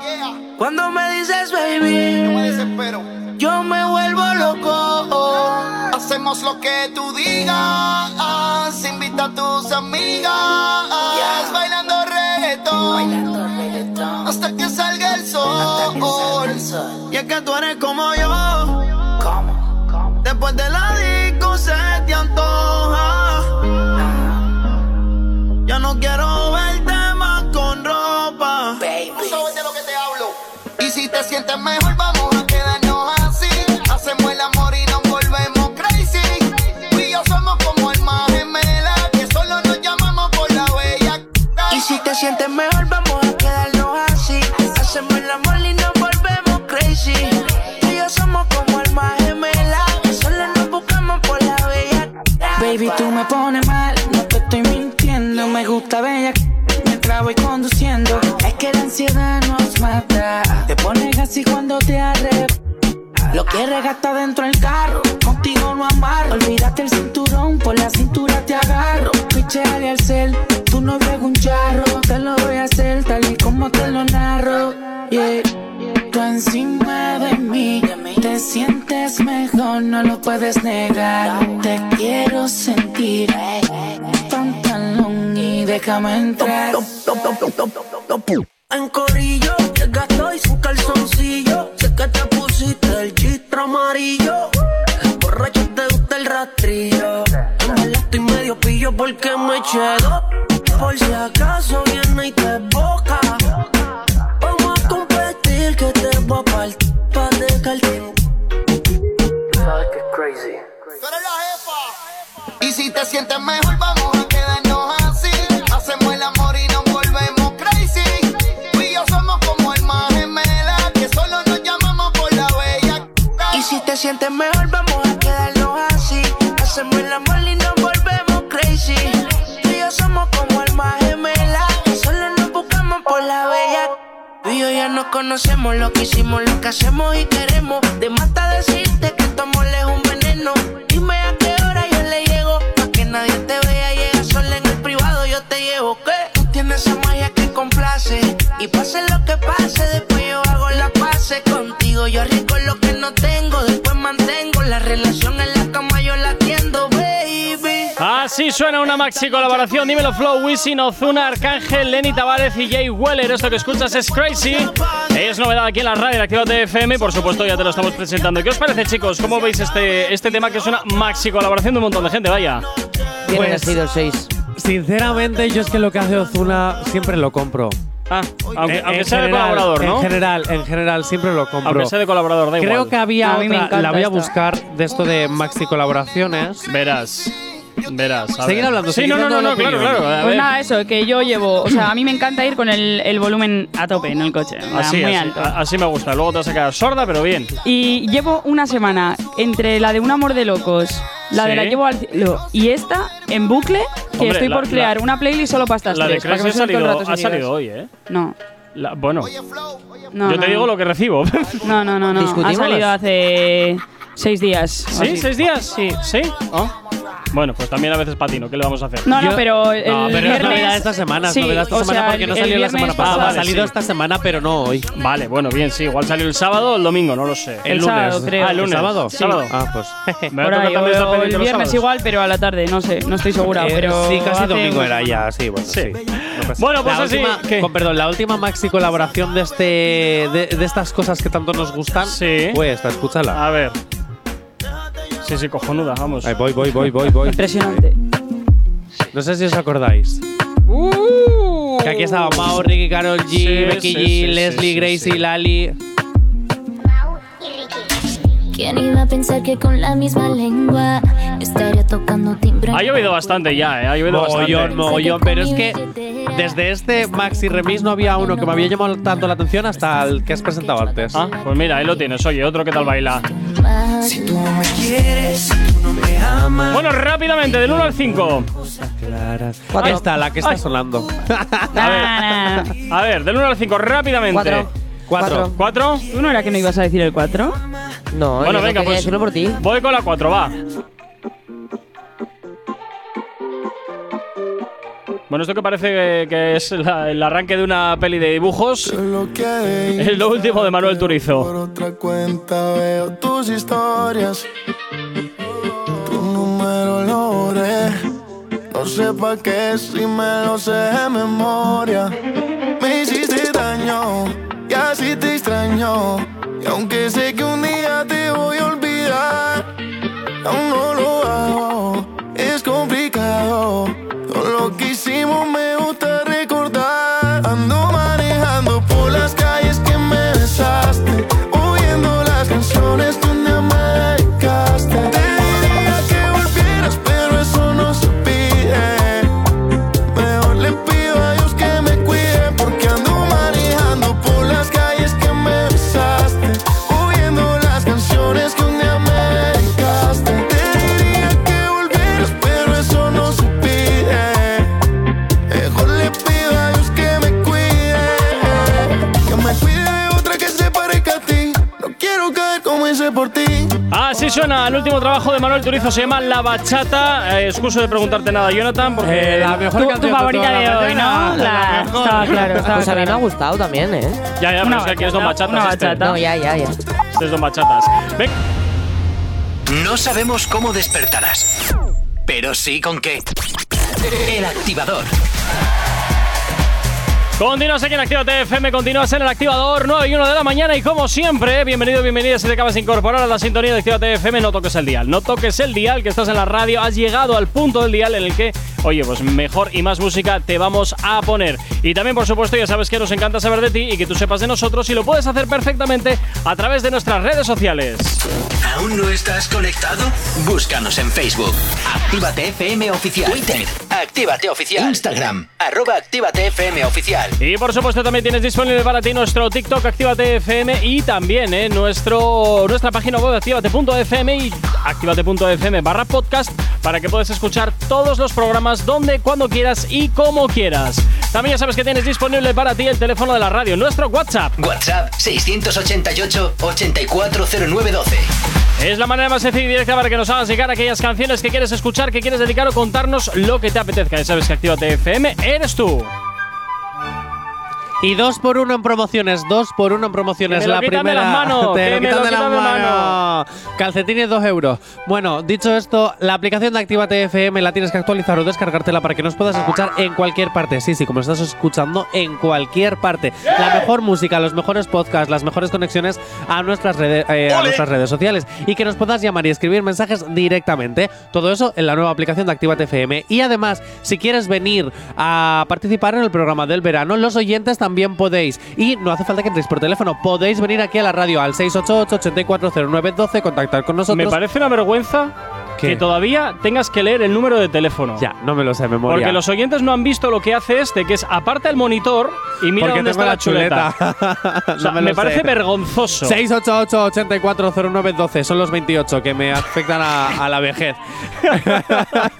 Yeah.
Cuando me dices baby,
No me desespero.
yo me vuelvo loco.
Hacemos lo que tú digas. Invita
a tus amigas. Bailando reggaetón. Hasta que salga el sol. Y es que tú eres como yo. Después de la disco se te antoja. Ya no quiero verte más con ropa. Tú sabes de lo que te hablo. Y si te sientes mejor, vamos a quedarnos así. Hacemos el amor y nos volvemos crazy. Tú y yo somos como almas gemelas que solo nos llamamos por la bella.
Y si te sientes mejor, vamos a quedarnos así. Hacemos el amor y nos volvemos crazy. Tú y yo somos como almas gemelas. que Solo nos buscamos por la bella.
Baby, tú me pones mal, no te estoy mintiendo. Me gusta bella mientras voy conduciendo. Es que la ansiedad nos mata. Te pones así cuando te arrep. Lo que gasta dentro del carro, contigo no amarro. Olvídate el cinturón, por la cintura te agarro. Picheale al cel, tú no ves un charro. Te lo voy a hacer tal y como te lo narro. Yeah. Tú encima de mí, te sientes mejor, no lo puedes negar. Te quiero sentir, pantalón y déjame entrar.
En corillo llegaste y su calzoncillo. Sé que te pusiste el chistro amarillo. Borracho te gusta el rastrillo. En verdad estoy medio pillo porque me chedo. Por si acaso viene y te boca. Vamos a competir que te voy a partir pa' dejarte.
Sabes que es crazy. Y si te sientes mejor, vamos a quedarnos así. Hacemos el amor y nos volvemos crazy. Tú y yo somos como almas gemelas que solo nos llamamos por la bella.
Y si te sientes mejor, vamos a quedarnos así. Hacemos el amor y nos volvemos crazy. Tú y yo somos como almas gemelas. que Solo nos buscamos por la bella. Tú y yo ya nos conocemos, lo que hicimos, lo que hacemos y queremos. De mata decirte que tu amor es un veneno. Dime a qué hora yo le llego. Pa' que nadie te vea, llega sola en el privado, yo te llevo. ¿Qué? Tú tienes esa magia que complace. Y pase lo que pase, después yo hago la pase contigo. Yo arriesgo lo que no tengo, después mantengo la relación en la cama, yo la atiendo, baby.
Así suena una maxi colaboración. Dímelo Flow, Wisin, Ozuna, Arcángel, Lenny Tavares y Jay Weller. Esto que escuchas es Crazy. Es novedad aquí en la radio, en Actívate FM. Por supuesto, ya te lo estamos presentando. ¿Qué os parece, chicos? ¿Cómo veis este, este tema que es una maxi colaboración de un montón de gente? Vaya.
Pues, Sinceramente, yo es que lo que hace Ozuna siempre lo compro.
Ah, aunque,
En-
aunque
en
sea de
general,
colaborador, ¿no?
En general, en general, siempre lo compro.
Aunque sea de colaborador, da
Creo
igual.
que había
A mí me
otra,
encanta
la voy a
esta.
buscar de esto de maxi colaboraciones.
Verás, verás. a
Seguir
ver.
hablando,
Sí,
seguir
no, no,
dando
no,
la
no, claro,
opinión.
claro. a
Pues
ver.
nada, eso, que yo llevo. O sea, a mí me encanta ir con el, el volumen a tope en el coche. o sea,
Así, así,
muy alto.
a- así me gusta. Luego te vas a quedar sorda, pero bien.
Y llevo una semana entre la de un amor de locos, la de
Sí.
la llevo al cielo y esta en bucle, que
Hombre,
estoy
la-
por crear
la-
una playlist solo para estas
La de
tres. para que
Crash ha
me suenen todo el
salido,
rato
ha
seguidas.
salido hoy, ¿eh?
No.
La- bueno,
No,
yo te
no,
digo
no.
lo que recibo.
No, no, no, no. Ha
¿Discutimos?
salido hace seis días. o
¿Sí?
así.
¿Seis días? Sí. ¿Sí? Ah. Bueno, pues también a veces patino. ¿qué le vamos a hacer?
No, no, Yo- pero el
No, pero es
viernes-
novedad de esta semana, es
Sí,
novedad de esta
o
semana
sea,
porque no
el
salió la
viernes
semana pasada.
pasado.
ha salido
sí.
esta semana, pero no hoy.
Vale, bueno, bien, sí. Igual salió el sábado o el domingo, no lo sé.
El El lunes. sábado, creo.
Ah, el lunes.
¿El sábado? Sí.
Sábado.
Ah, pues.
Me va a
Por
tocar
ahí,
también estar
o- o
pendiente
el
los
viernes
sábados.
igual, pero a la tarde, no sé, no estoy segura.
Eh,
pero
sí, casi
hace
domingo
un-
era ya, sí, bueno, sí. No pasa-
Bueno, pues
la
así
última-
que-
con perdón, la última maxi colaboración de este de, de estas cosas que tanto nos gustan. Sí. Pues esta, escúchala.
A ver. Sí, sí, cojonuda, vamos.
Ahí voy, voy, voy, voy, voy.
Impresionante.
No sé si os acordáis. Que aquí estaba Mao, Ricky, Carol G,
Sí,
Becky
sí,
G,
sí, sí,
Leslie,
sí,
Gracie,
sí.
Lali.
¿Quién iba a pensar que con la misma lengua estaría tocando timbre?
Ha llovido bastante ya, ¿eh? Ha llovido bastante.
Mogollón, mogollón. Pero es que desde este maxi remix no había uno que me había llamado tanto la atención hasta el que has presentado antes.
Ah, pues mira, ahí lo tienes. Oye, otro que tal baila.
Si tú no me
quieres,
Bueno, rápidamente, del 1 al 5.
Ahí está, la que está sonando.
A ver, a ver, del 1 al 5, rápidamente.
Cuatro.
¿Cuatro? ¿Cuatro?
¿Tú no era que no ibas a decir el 4?
No,
Bueno, venga, pues.
por ti.
Voy con la 4, va. Bueno, esto que parece que- que es la- el arranque de una peli de dibujos. Es lo último de Manuel Turizo.
otra cuenta veo tus historias. Tu número lo borré. No
No sé pa' qué si me lo sé de memoria. Me hiciste daño y así te extraño. Y aunque sé que un día te voy a olvidar, aún no lo hago. Es complicado. Todo lo que hicimos me gusta recordar. Ando manejando por las calles que me besaste. Oyendo las canciones donde me dedicaste. Te diría que volvieras, pero eso no se pide. Mejor le pido a Dios que me cuide porque ando manejando por las calles que me besaste, oyendo las canciones que un día me dedicaste. Te diría que volvieras, pero eso no se pide. Mejor le pido a Dios que me cuide, que me cuide de otra que se parezca a ti. No quiero caer como hice por ti.
Así suena el último trabajo de Manuel Turizo, se llama La Bachata. Eh, excuso de preguntarte nada, Jonathan, porque
Eh, la mejor Tu- tu canción de favorita toda la de hoy, mañana. ¿no? La- estaba claro, estaba
pues a mí me
claro.
ha gustado también, ¿eh?
Ya, ya, pero es que aquí es Don Bachatas. este.
No, ya, ya, ya.
Este es Don Bachatas. Ven.
No sabemos cómo despertarás, pero sí con qué. El activador.
Continúas aquí en Actívate FM, continúas en el activador 9 y 1 de la mañana y como siempre, bienvenido, bienvenida si te acabas de incorporar a la sintonía de Actívate FM, no toques el dial, no toques el dial que estás en la radio, has llegado al punto del dial en el que, oye, pues mejor y más música te vamos a poner. Y también, por supuesto, ya sabes que nos encanta saber de ti y que tú sepas de nosotros y lo puedes hacer perfectamente a través de nuestras redes sociales.
¿Aún no estás conectado? Búscanos en Facebook. Actívate FM Oficial. Twitter. Actívate Oficial. Instagram. Arroba Actívate FM Oficial.
Y por supuesto también tienes disponible para ti nuestro TikTok Actívate FM y también eh, nuestro, nuestra página web activate.fm y activate.fm barra podcast para que puedas escuchar todos los programas donde, cuando quieras y como quieras. También ya sabes que tienes disponible para ti el teléfono de la radio, nuestro WhatsApp.
WhatsApp 688-840912.
Es la manera más sencilla y directa para que nos hagas llegar aquellas canciones que quieres escuchar, que quieres dedicar o contarnos lo que te apetezca. Ya sabes que Actívate FM eres tú.
Y dos por uno en promociones, dos por uno en promociones.
Que me lo
la
quitan de
primera.
las manos,
Te
que
lo
me
quitan
lo
de las
quitan de
manos. Calcetines, dos euros. Bueno, dicho esto, la aplicación de Actívate FM la tienes que actualizar o descargártela para que nos puedas escuchar en cualquier parte. Sí, sí, como estás escuchando, en cualquier parte. La mejor música, los mejores podcasts, las mejores conexiones a nuestras, redes, eh, a nuestras redes sociales. Y que nos puedas llamar y escribir mensajes directamente. Todo eso en la nueva aplicación de Actívate FM. Y además, si quieres venir a participar en el programa del verano, los oyentes también podéis. Y no hace falta que entréis por teléfono, podéis venir aquí a la radio al 688-840912, contactar con nosotros.
Me parece una vergüenza
¿Qué?
que todavía tengas que leer el número de teléfono.
Ya, no me lo sé de memoria.
Porque los oyentes no han visto lo que hace este, que es aparta el monitor y mira
Porque
dónde
tengo
está la chuleta. O sea,
No
me,
lo sé.
parece vergonzoso.
688-840912 son los 28 que me afectan a, a la vejez.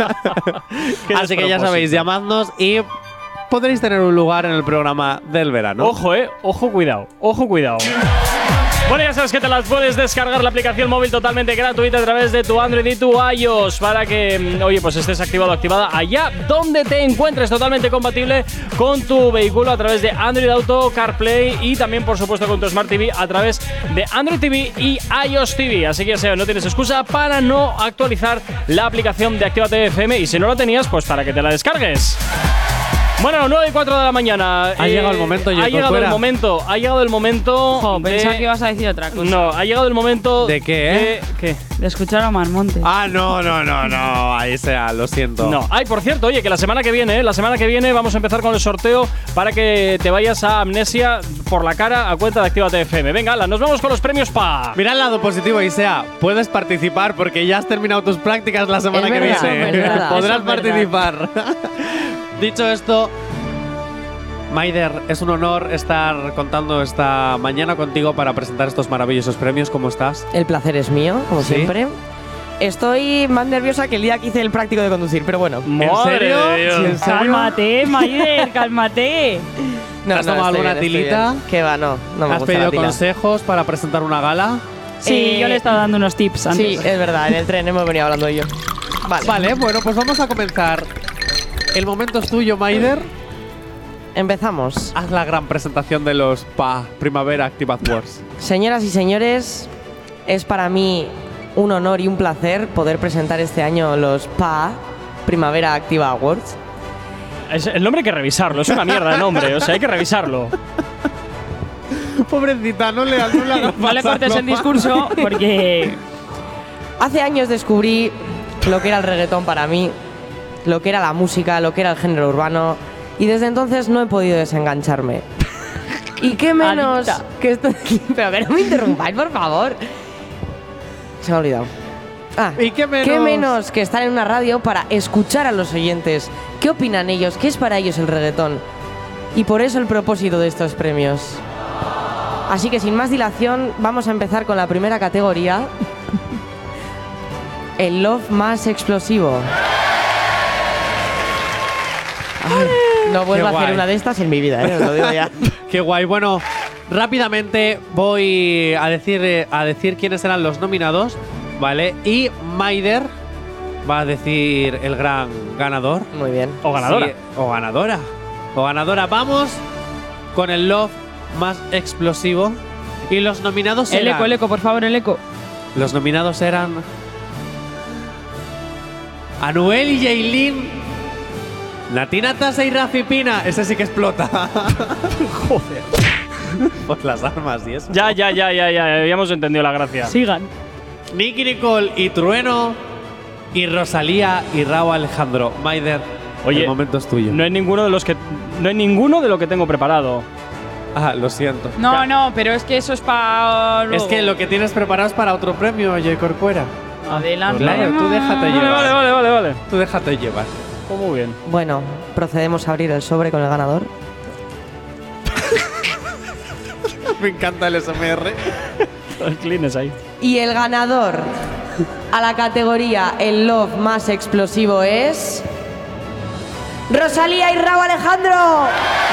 Así que ya
despropósito.
sabéis, llamadnos y podréis tener un lugar en el programa del verano.
Ojo, eh. Ojo, cuidado. Ojo, cuidado. Bueno, ya sabes que te las puedes descargar la aplicación móvil totalmente gratuita a través de tu Android y tu iOS para que, mm, oye, pues estés activado o activada allá donde te encuentres, totalmente compatible con tu vehículo a través de Android Auto, CarPlay y también, por supuesto, con tu Smart TV a través de Android TV y iOS TV. Así que ya sabes, no tienes excusa para no actualizar la aplicación de Actívate FM y si no la tenías, pues para que te la descargues. Bueno, 9 y 4 de la mañana. Eh,
Ha llegado el momento,
Ha
Yoko,
llegado el
fuera.
momento, ha llegado el momento. de-
Pensaba que ibas a decir otra cosa.
No, ha llegado el momento.
¿De qué? eh?
de- ¿Qué?
De escuchar a Omar Montes.
Ah, no, no, no, no. Ahí sea, lo siento.
No. Ay, por cierto, oye, que la semana que viene, ¿eh? la semana que viene vamos a empezar con el sorteo para que te vayas a Amnesia por la cara a cuenta de Actívate FM. Venga, ala, nos vamos con los premios pa.
Mira el lado positivo, Isea. Puedes participar porque ya has terminado tus prácticas la semana
Es
que
verdad,
viene.
es verdad,
Podrás
eso es
participar. Dicho esto, Maider, es un honor estar contando esta mañana contigo para presentar estos maravillosos premios. ¿Cómo estás?
El placer es mío, como
¿Sí?
siempre. Estoy más nerviosa que el día que hice el práctico de conducir, pero bueno.
Madre serio? de Dios. ¿En serio?
Cálmate, Maider, cálmate.
No,
¿Has
no,
tomado
estoy
alguna
bien, estoy
tilita?
bien. Que va, no. No me
¿Has
gusta la
pedido
tila.
consejos para presentar una gala?
Sí,
Eh,
yo le he estado dando unos tips antes.
Sí, es verdad, en el tren hemos venido hablando yo. Vale.
Vale, bueno, pues vamos a comenzar. El momento es tuyo, Maider.
Empezamos.
Haz la gran presentación de los PA Primavera Active Awards.
Señoras y señores, es para mí un honor y un placer poder presentar este año los PA Primavera Activa Awards.
Es- el nombre hay que revisarlo, es una mierda de nombre, o sea, hay que revisarlo.
Pobrecita, no le, no le hagas
No
pasar
le cortes
lo
el
mal.
discurso porque.
Hace años descubrí lo que era el reggaetón para mí, lo que era la música, lo que era el género urbano, y desde entonces no he podido desengancharme. Y qué menos
Adicta.
que esto aquí, pero que no me interrumpáis, por favor. Se me ha olvidado. Ah,
¿Y qué menos?
que estar en una radio para escuchar a los oyentes? ¿Qué opinan ellos? ¿Qué es para ellos el reggaetón? Y por eso el propósito de estos premios. Así que sin más dilación, vamos a empezar con la primera categoría. El love más explosivo. Ay, no vuelvo a
Qué
hacer
guay.
una de estas en mi vida, ¿eh? Os lo digo ya.
Qué guay. Bueno, rápidamente voy a decir, eh, a decir quiénes serán los nominados, ¿vale? Y Maider va a decir el gran ganador.
Muy bien.
O ganadora.
o ganadora. O ganadora. Vamos con el love más explosivo. Y los nominados
El
serán-
eco, el eco, por favor, el eco.
Los nominados eran Anuel y Jailin, Natina Tasa y Rafi Pina. Ese sí que explota. Joder. Pues las armas y eso.
Ya, ya, ya, ya, ya, habíamos entendido la gracia.
Sigan.
Nicky Nicole y Trueno y Rosalía y Raúl Alejandro. Maider,
Oye,
el momento es tuyo.
No hay ninguno de los que no hay ninguno de lo que tengo preparado.
Ah, lo siento.
No, no, pero es que eso es para.
Es que lo que tienes preparado es para otro premio, oye, Corcuera.
Adelante.
Pues nada, tú déjate
Vale,
llevar.
vale, vale, vale, vale.
Tú déjate llevar.
Oh, muy bien.
Bueno, procedemos a abrir el sobre con el ganador.
Me encanta el SMR.
Los clines ahí.
Y el ganador a la categoría El Love más explosivo es. Rosalía y Raúl Alejandro.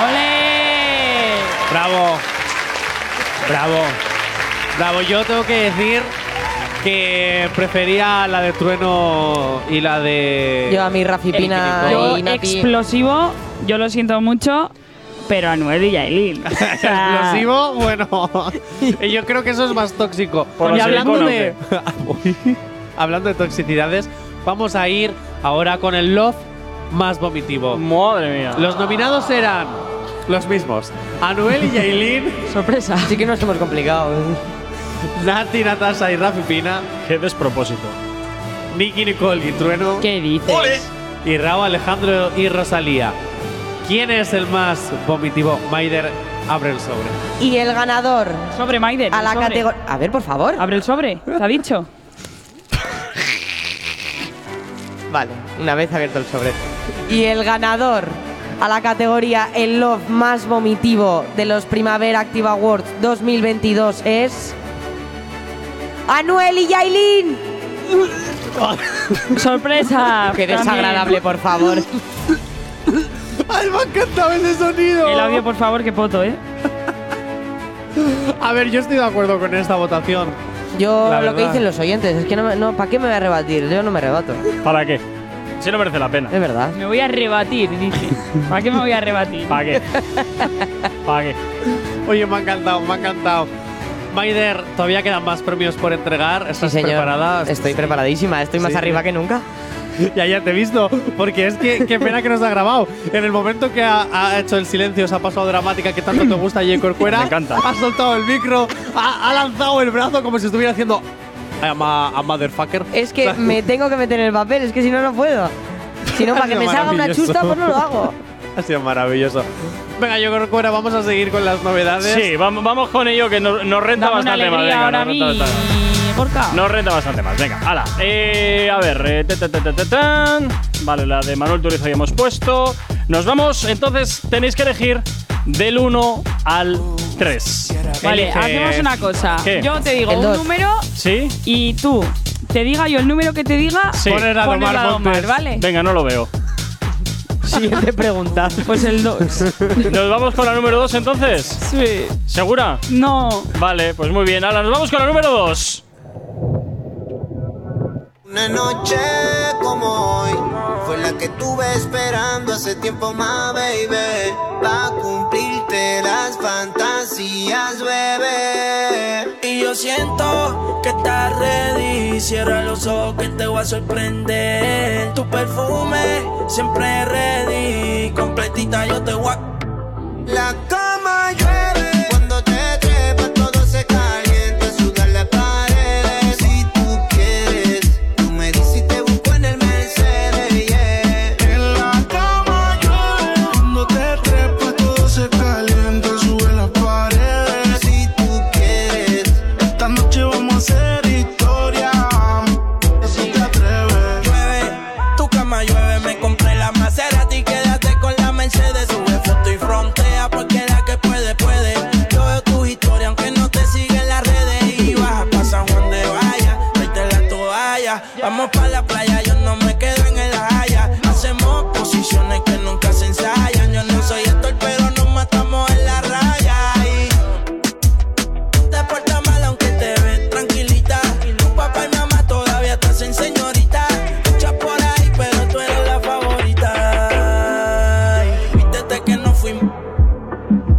¡Ole!
Bravo. Bravo. Bravo. Yo tengo que decir que prefería la de Trueno y la de.
Yo a mi Rafi Pina
Yo,
y Nati.
explosivo, yo lo siento mucho, pero Anuel y Yailin. O sea,
Explosivo, bueno. Yo creo que eso es más tóxico.
Por
y
los
hablando de.
silicones,
Uy, hablando de toxicidades, vamos a ir ahora con el love más vomitivo.
Madre mía.
Los nominados eran los mismos: Anuel y Yailin,
Sorpresa. Sí que no hemos complicado.
Nati, Natasha y Rafi Pina,
Qué despropósito.
Nicky Nicole y Trueno.
¿Qué dices?
y Raúl Alejandro y Rosalía. ¿Quién es el más vomitivo? Maider abre el sobre.
Y el ganador
Sobre Maider.
a la
sobre.
categoría. A ver, por favor.
Abre el sobre, ¿te ha dicho?
Vale, una vez abierto el sobre. Y el ganador a la categoría El Love más vomitivo de los Primavera Active Awards 2022 es. ¡Anuel y Yailin!
¡Sorpresa!
¡Qué desagradable, por favor!
¡Ay, me ha encantado ese sonido!
El audio, por favor, que poto, ¿eh?
A ver, yo estoy de acuerdo con esta votación.
Yo
La
lo que
verdad.
dicen los oyentes, es que no, me- no ¿para qué me voy a rebatir? Yo no me rebato.
¿Para qué? Si no merece la pena.
Es verdad.
Me voy a rebatir, dije. ¿Para qué me voy a rebatir?
¿Para qué? ¿Para qué?
Oye, me ha encantado, me ha encantado. Maider, todavía quedan más premios por entregar.
Sí,
¿Estás
señor.
preparada?
Estoy preparadísima, estoy más
Sí.
arriba que nunca.
Ya, ya te he visto, porque es que qué pena que nos ha grabado. En el momento que ha, ha hecho el silencio, se ha pasado dramática que tanto te gusta J. Corcuera.
Me encanta.
Ha soltado el micro, ha, ha lanzado el brazo como si estuviera haciendo. I am a, a motherfucker.
Es que me tengo que meter en el papel, es que si no, no puedo. Si no,
Ha
para que
sido
me salga una
maravilloso.
chusta, pues no lo hago.
Ha sido maravilloso. Venga, J. Corcuera, vamos a seguir con las novedades.
Sí, vamos, vamos con ello que nos, nos renta
Dame una
bastante más.
alegría
venga,
ahora a
nos
mí,
renta bastante.
Gorka.
Nos renta bastante más, venga, hala. Eh, a ver, eh, ta, ta, ta, ta, ta, tan. vale, la de Manuel Turizo ya hemos puesto. Nos vamos, entonces tenéis que elegir del 1 al 3.
Vale, hacemos una cosa.
¿Qué?
Yo te digo
El
un
dos.
número
¿Sí?
y tú te diga yo el número que te diga.
Sí.
Poner a
pones
Domar
la Domar,
Montes.
¿vale?
Venga, no lo veo.
Siguiente pregunta.
Pues el 2.
¿Nos vamos con la número 2 entonces?
sí.
¿Segura?
No.
Vale, pues muy bien. Ahora nos vamos con la número 2.
Una noche como hoy fue la que tuve esperando hace tiempo más, baby. Pa' cumplirte las fantasías, bebé. Y yo
yo siento que estás ready. Cierra los ojos que te voy a sorprender. Tu perfume siempre ready. Completita yo te voy a.
La cama llueve cuando te trepas, todo se calienta, sudan las paredes. Si tú quieres, tú me dices y te busco en el Mercedes. yeah. En la cama llueve cuando te trepas, todo se calienta, sube las paredes. Si tú quieres, esta noche vamos a hacer historia.
Si te atreves. Llueve, tu cama llueve, me compré la Maserati, quédate con la Mercedes, sube foto y frontea, porque la que puede, puede. Yo veo tus historias, aunque no te siguen las redes, y baja pa' San Juan de Vaya, vete la toalla, vamos pa' la playa, yo no me quedo en el haya, hacemos posiciones que nunca se ensayan, yo no soy actor, pero nos matamos en la raya, y te portas mal aunque te ves tranquilita. Papá y mamá todavía te hacen señorita. Muchas por ahí, pero tú eres la favorita. Ay, Vístete que no fuimos.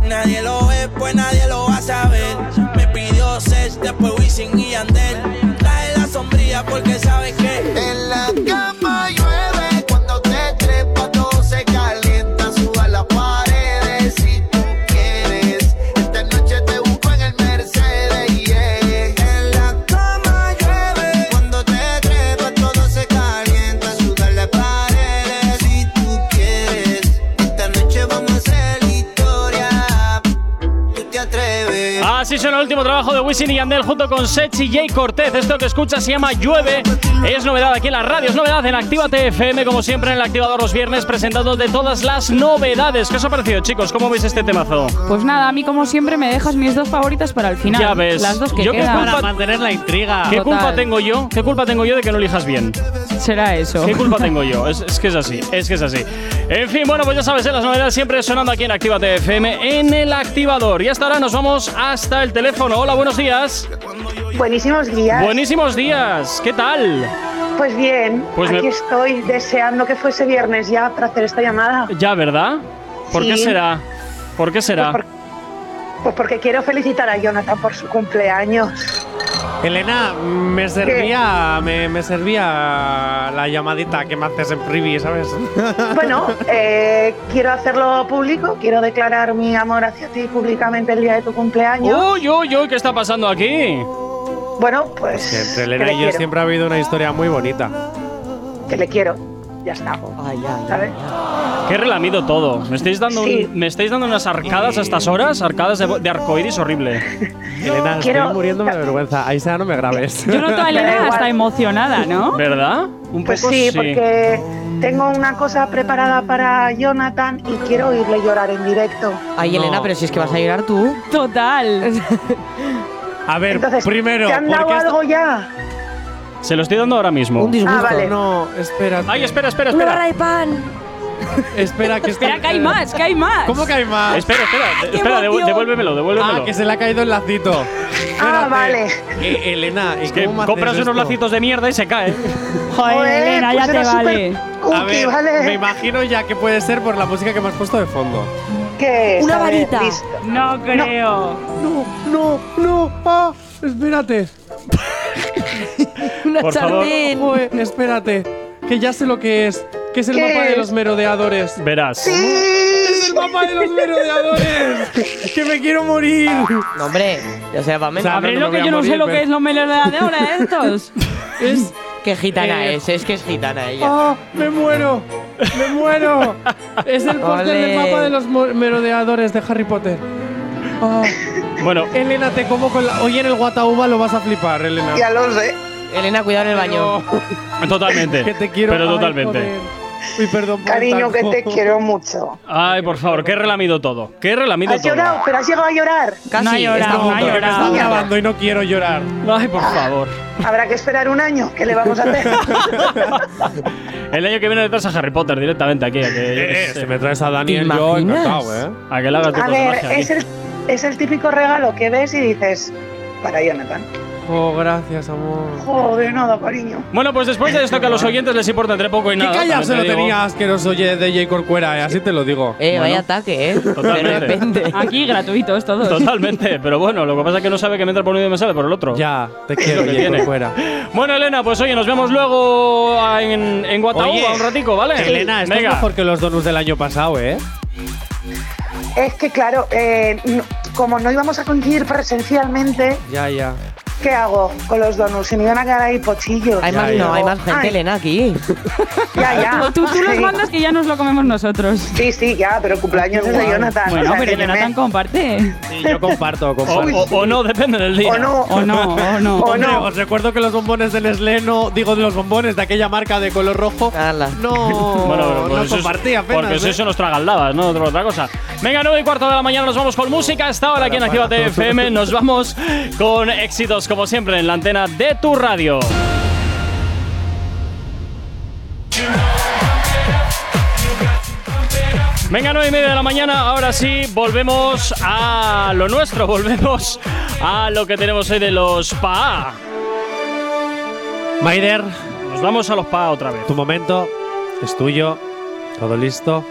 Nadie lo ve, pues nadie lo va a saber. Me pidió sex, después Wisin y Andel. Trae la sombrilla porque sabes que.
En la cama llueve cuando te trepas, todo se calienta, suba las paredes. Si tú quieres, esta noche te busco en el Mercedes. yeah. En la cama llueve cuando te trepas, todo se calienta, suba las paredes. Si tú quieres, esta noche vamos a hacer historia. Tú te atreves.
Así suena el último trabajo de Wisin y Yandel junto con Sechi y Jay Cortez. Esto que escuchas se llama Llueve. Es novedad aquí en la radio, es novedad en Actívate FM, como siempre en el activador los viernes, presentando de todas las novedades. ¿Qué os ha parecido, chicos? ¿Cómo veis este temazo?
Pues nada, a mí como siempre me dejas mis dos favoritas para el final.
Ya ves.
Las dos que
Yo qué
quedan.
culpa- Para
mantener la intriga.
¿Qué
Ah, Total.
culpa tengo yo? ¿Qué culpa tengo yo de que no elijas bien?
Será eso.
¿Qué culpa tengo yo? Es, es que es así, es que es así. En fin, bueno, pues ya sabes, ¿eh? las novedades siempre sonando aquí en Actívate FM en el activador. Y hasta ahora nos vamos hasta el teléfono. Hola, buenos días.
Buenísimos días.
Buenísimos días. ¿Qué tal?
Pues bien,
Pues me-
aquí estoy deseando que fuese viernes ya para hacer esta llamada.
Ya, ¿verdad? ¿Por qué
Sí.
será? ¿Por qué será?
Pues Pues porque quiero felicitar a Jonathan por su cumpleaños.
Elena, me servía, me, me servía la llamadita que me haces en privy, ¿sabes?
Bueno, eh, quiero hacerlo público, quiero declarar mi amor hacia ti públicamente el día de tu cumpleaños.
Uy, uy, uy, ¿qué está pasando aquí?
Bueno, pues
Que entre
que
Elena
le
y yo
quiero.
siempre ha habido una historia muy bonita.
que le quiero, ya está. ¿Sabes?
Qué relamido todo. Me estáis dando, un-
Sí.
me estáis dando unas arcadas a estas horas, arcadas de, bo- de arcoiris horrible.
Elena, estoy muriéndome de vergüenza. Ahí sea, no me grabes.
Yo noto a
Me da
Elena
igual.
hasta emocionada, ¿no?
¿Verdad? Un
Pues
poco
sí,
sí.
porque tengo una cosa preparada para Jonathan y quiero oírle llorar en directo.
Ay, Elena, pero si es que vas a llorar tú.
Total.
A ver, primero,
¿Te han
¿por
dado
qué
algo ya?
Se lo estoy dando ahora mismo. Un
disgusto.
Ah, vale.
No, espera.
Ay, espera, espera,
No,
espera.
Raipan.
Espera, que
Espera, que hay más, que hay más.
¿Cómo que hay más?
Espera, espera,
¡Qué
espera, devu-
emoción!
devuélvemelo, devuélvemelo.
Ah, que se le ha caído el lacito.
Ah,
Espérate.
vale.
Eh, Elena, ¿y
Es que
cómo me haces
compras unos
esto?
lacitos de mierda y se cae.
Joder,
Joder,
Elena,
pues
ya te
era súper
vale.
A ver,
vale.
me imagino ya que puede ser por la música que me has puesto de fondo.
¿Qué es?
Una
A ver,
varita.
listo.
No creo.
No, no, no. Ah, espérate.
Una
Por favor.
sartén.
Joder, espérate. Que ya sé lo que es. Que es el
¿Qué
mapa de
es?
los merodeadores.
Verás.
Es el mapa de los merodeadores. que me quiero morir.
No, hombre, o sea, vamos.
¿Sabréis lo que yo no sé lo que es los melones de ahora ¿eh? estos?
es?
Que gitana es, es que es gitana ella.
¡Ah! ¡Me muero! ¡Me muero! es el póster
Ole.
del mapa de los mo- merodeadores de Harry Potter. Ah.
Bueno,
Elena, te como con la. Hoy en el Guatauba lo vas a flipar, Elena.
Ya lo sé.
Elena, cuidado en el baño.
totalmente.
Que te quiero.
Pero
Ay,
totalmente.
joder. Uy, perdón por el
Cariño, que
taco.
te quiero mucho.
Ay, por favor, qué relamido todo. Qué relamido
¿Has
todo.
llorado? ¿Pero has llegado a llorar?
Casi,
no ha
No,
llorado, no ha
porque me están
llorado.
grabando y no quiero llorar.
Ay, por favor.
Ah, Habrá que esperar un año. ¿Qué le vamos a hacer?
El año que viene le traes a Harry Potter directamente aquí. A que, yo qué
Eh, eh,
sé,
si me traes a Daniel,
¿Te
yo
imaginas?
encantado, ¿eh?
pues,
a que le hagas tú
A
cosas
ver,
magia aquí.
es el, es el típico regalo que ves y dices, para Jonathan.
Oh, gracias, amor.
Joder, nada, cariño.
Bueno, pues después de esto que a los oyentes les importa entre poco y
¿Qué
nada.
callado se lo
también te digo.
tenía asqueroso oye, de J. Corcuera? eh? Así te lo digo.
Eh,
Bueno.
vaya ataque, ¿eh?
Totalmente.
Aquí gratuitos todos.
Totalmente, pero bueno, lo que pasa es que no sabe que me entra por un mensaje por el otro.
Ya, Ah, te quiero, J. Corcuera.
Bueno, Elena, pues oye, nos vemos luego en, en Guatauba
Oye,
un ratico, ¿vale?
Elena, esto
Venga.
es mejor que los donuts del año pasado, ¿eh?
Es que claro, eh, no- como no íbamos a coincidir presencialmente,
Ya, ya.
¿qué hago con los donuts? Se me iban a quedar ahí pochillos.
Hay más, no, hay más gente, Elena, aquí.
Ya, ya.
Tú, tú los
Sí.
mandas que ya nos lo comemos nosotros.
Sí, sí, ya, pero cumpleaños es de Jonathan. o
Bueno,
sea,
pero
que me-
Jonathan comparte.
Sí, yo comparto, comparto.
O, o- o no, depende del día.
O no.
O no, o no.
Hombre, Os recuerdo que los bombones de Nestlé no. Digo, de los bombones de aquella marca de color rojo. No.
Bueno, pero por
no
eso es-
compartí apenas.
Porque si
¿eh?
eso nos traga aldabas, ¿no? Otra, otra cosa. Venga, 9 y cuarto de la mañana, nos vamos con música. Hasta ahora aquí en
Para, para.
Actívate FM. Nos vamos con éxitos, como siempre, en la antena de tu radio. Venga, 9 y media de la mañana, ahora sí, volvemos a lo nuestro, volvemos a lo que tenemos hoy de los PA.
Maider.
Nos vamos a los PA otra vez.
Tu momento es tuyo. Todo listo.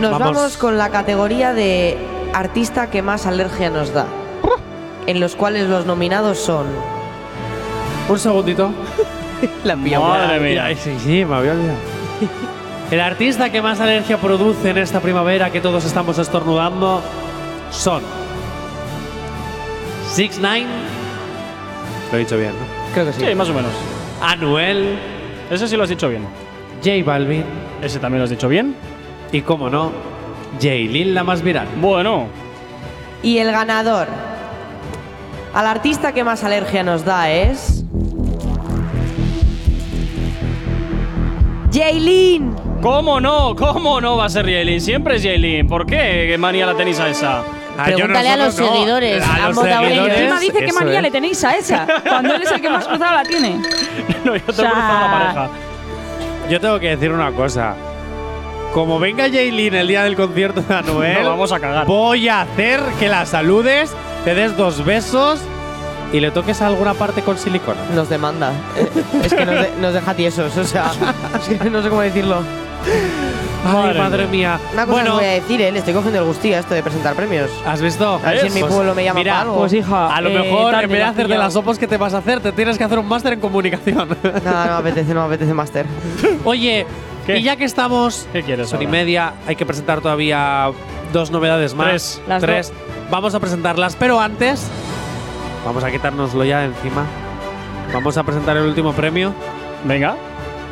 Nos
Vamos.
vamos. con la categoría de artista que más alergia nos da. En los cuales los nominados son.
Un segundito.
la
Madre mía. Ay, sí, sí, me había olvidado. El artista que más alergia produce en esta primavera que todos estamos estornudando son. Six Nine. Lo he dicho bien, ¿no?
Creo que sí. Sí, más o menos.
Anuel.
Ese sí lo has dicho bien.
J Balvin.
Ese también lo has dicho bien.
Y cómo no, Jaylin la más viral.
Bueno.
Y el ganador. Al artista que más alergia nos da es. ¡Jaylin!
¿Cómo no? ¿Cómo no va a ser Jaylin? Siempre es Jaylin. ¿Por qué ¿Qué manía la tenéis a esa?
Pregúntale a los
nosotros Ah, no. seguidores, A han los votado seguidores, ellos.
Encima dice qué
eso
manía
es.
le tenéis a esa. Cuando él es el que más cruzada la tiene.
no, yo
O sea,
Yo tengo que decir una cosa. Como venga Jaylin el día del concierto de Anuel,
No, vamos a cagar.
Voy a hacer que la saludes, te des dos besos y le toques a alguna parte con silicona.
Nos demanda. Eh, es que nos, de- nos deja tiesos, o sea. es que no sé cómo decirlo.
Ay, madre, mía.
Una cosa os
bueno,
voy a decir, ¿eh? le estoy cogiendo el gustillo a esto de presentar premios.
¿has visto?
A ver si en mi
Pues
pueblo me llaman
mira,
para algo.
Pues hija, a lo
eh,
mejor
tarde,
en vez de
lo has
hacer de
pillado.
las sopos que te vas a hacer, te tienes que hacer un máster en comunicación.
Nada, no me apetece, no me apetece máster.
Oye, y ya que estamos.
¿Qué quieres?
Son y
ahora?
media, hay que presentar todavía dos novedades más.
Tres. Las
Tres. Vamos a presentarlas, pero antes. Vamos a quitárnoslo ya de encima. Vamos a presentar el último premio.
Venga.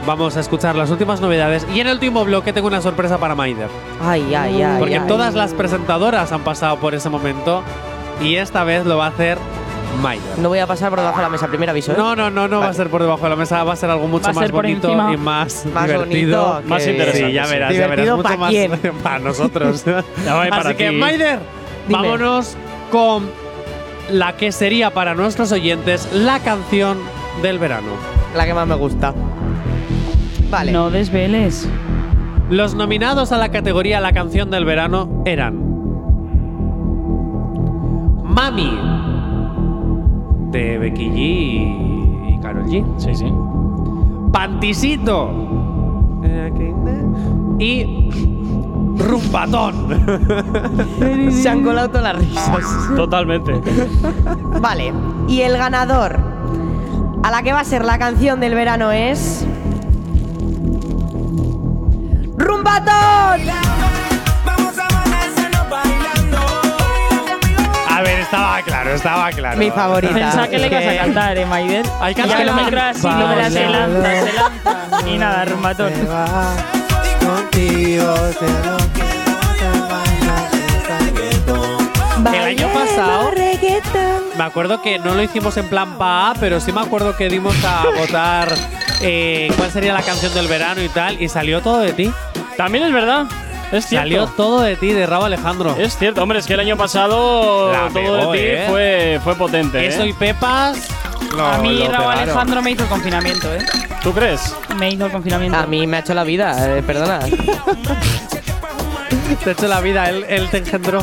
Vamos a escuchar las últimas novedades. Y en el último bloque tengo una sorpresa para Maider.
Ay, ay, ay.
Porque
ay.
todas las presentadoras han pasado por ese momento. Y esta vez lo va a hacer Maider.
No voy a pasar por debajo de la mesa, primer aviso. ¿eh?
No, no, no, no va a ser por debajo de la mesa, va a ser algo mucho
Va a
más
ser por
bonito
encima.
y más,
Más
divertido.
bonito que- Más
Sí,
interesante,
ya
sí.
verás, ya verás.
¿Divertido
Mucho
pa'
más
quién?
para nosotros.
Ya va, y para
Así que,
ti.
Maider,
Dime.
vámonos con la que sería para nuestros oyentes la canción del verano.
La que más me gusta. Vale.
No desveles.
Los nominados a la categoría La canción del verano eran Mami de Becky G y Karol G.
Sí, sí.
Pantisito
Eh,
y Rumpatón.
Se han colado todas las risas.
Totalmente.
Vale. Y el ganador a la que va a ser la canción del verano es. ¡Rumbatón!
A ver, estaba claro, estaba claro.
Mi favorita.
Pensaba que le ibas a cantar, eh, Maider.
Hay
que ya
canciones-
lo mezclas y luego la se lanza, se lanza. Y nada, rumbatón.
Contigo te lo
El año pasado me acuerdo que no lo hicimos en plan pa, pero sí me acuerdo que dimos a votar eh, cuál sería la canción del verano y tal, y salió todo de ti.
También es verdad. Es cierto.
Salió todo de ti, de Rabo Alejandro.
Es cierto, hombre, es que el año pasado
La
todo
pegó,
de ti
¿eh?
fue, fue potente.
Eso
¿eh?
y Pepas.
a mí,
lo
Raúl
pegaron.
Alejandro me hizo el confinamiento, ¿eh?
¿Tú crees?
Me hizo el confinamiento.
A mí me ha hecho la vida, eh, perdona.
Te ha hecho la vida, él, él te engendró.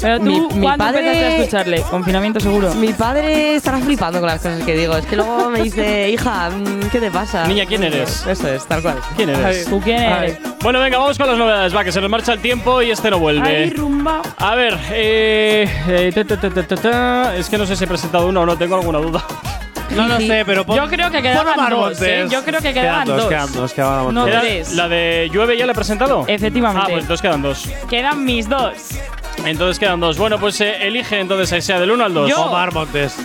Pero tú,
mi, mi
¿cuándo empezaste a
padre.
escucharle? Confinamiento seguro.
Mi padre estará flipando con las cosas que digo. Es que luego me dice, hija, mm, ¿qué te pasa?
Niña, ¿quién eres?
Eso es, tal cual.
¿Quién eres?
¿Tú quién eres?
Bueno, venga, vamos con las novedades. Va, que se nos marcha el tiempo y este no vuelve.
Ay, rumba.
A ver, eh, eh, ta, ta, ta, ta, ta, ta. es que no sé si he presentado uno o no, tengo alguna duda.
No lo sé, pero pon-
Yo creo que
pon
quedaban
Omar
dos,
Montes.
¿eh? Yo creo que
Quedan
quedaban
dos,
dos.
quedan dos, quedan dos.
No
¿Era
tres.
¿La de llueve ya la he presentado?
Efectivamente.
Ah, pues entonces quedan dos.
Quedan mis dos.
Entonces quedan dos. Bueno, pues eh, elige entonces ahí sea del 1 al 2.
Yo. Omar
Montes.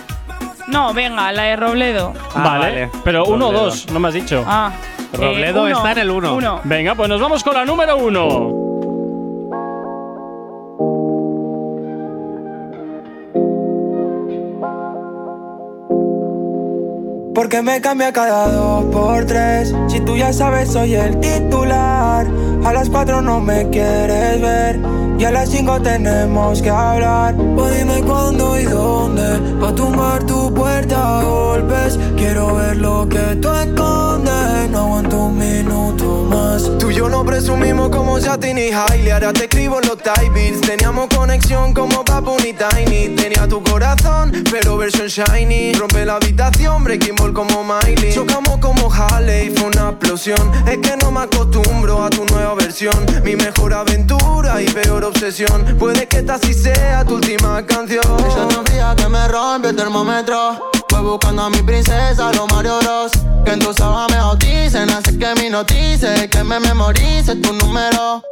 No, venga, la de Robledo.
vale.
Ah, vale.
Pero uno o
Robledo.
dos, no me has dicho.
Ah.
Robledo
eh, uno,
está en el uno.
uno.
Venga, pues nos vamos con la número uno.
Porque me cambia cada dos por tres. Si tú ya sabes, soy el titular. A las cuatro no me quieres ver. Y a las cinco tenemos que hablar. O dime cuándo y dónde. Pa' tumbar tu puerta a golpes. Quiero ver lo que tú escondes. No aguanto un minuto más.
Tú y yo no presumimos como Justin y Hailey Ahora te escribo los typings Teníamos conexión como Papu y Tiny Tenía tu corazón, pero versión shiny Rompe la habitación, breaking ball como Miley Chocamos como Harley, fue una explosión Es que no me acostumbro a tu nueva versión Mi mejor aventura y peor obsesión Puede que esta sí sea tu última canción
Ella no fría que me rompe el termómetro. Voy buscando a mi princesa, los Mario Bros. Que en tu sábana me bauticen, hace que me notice, que me memorice tu número.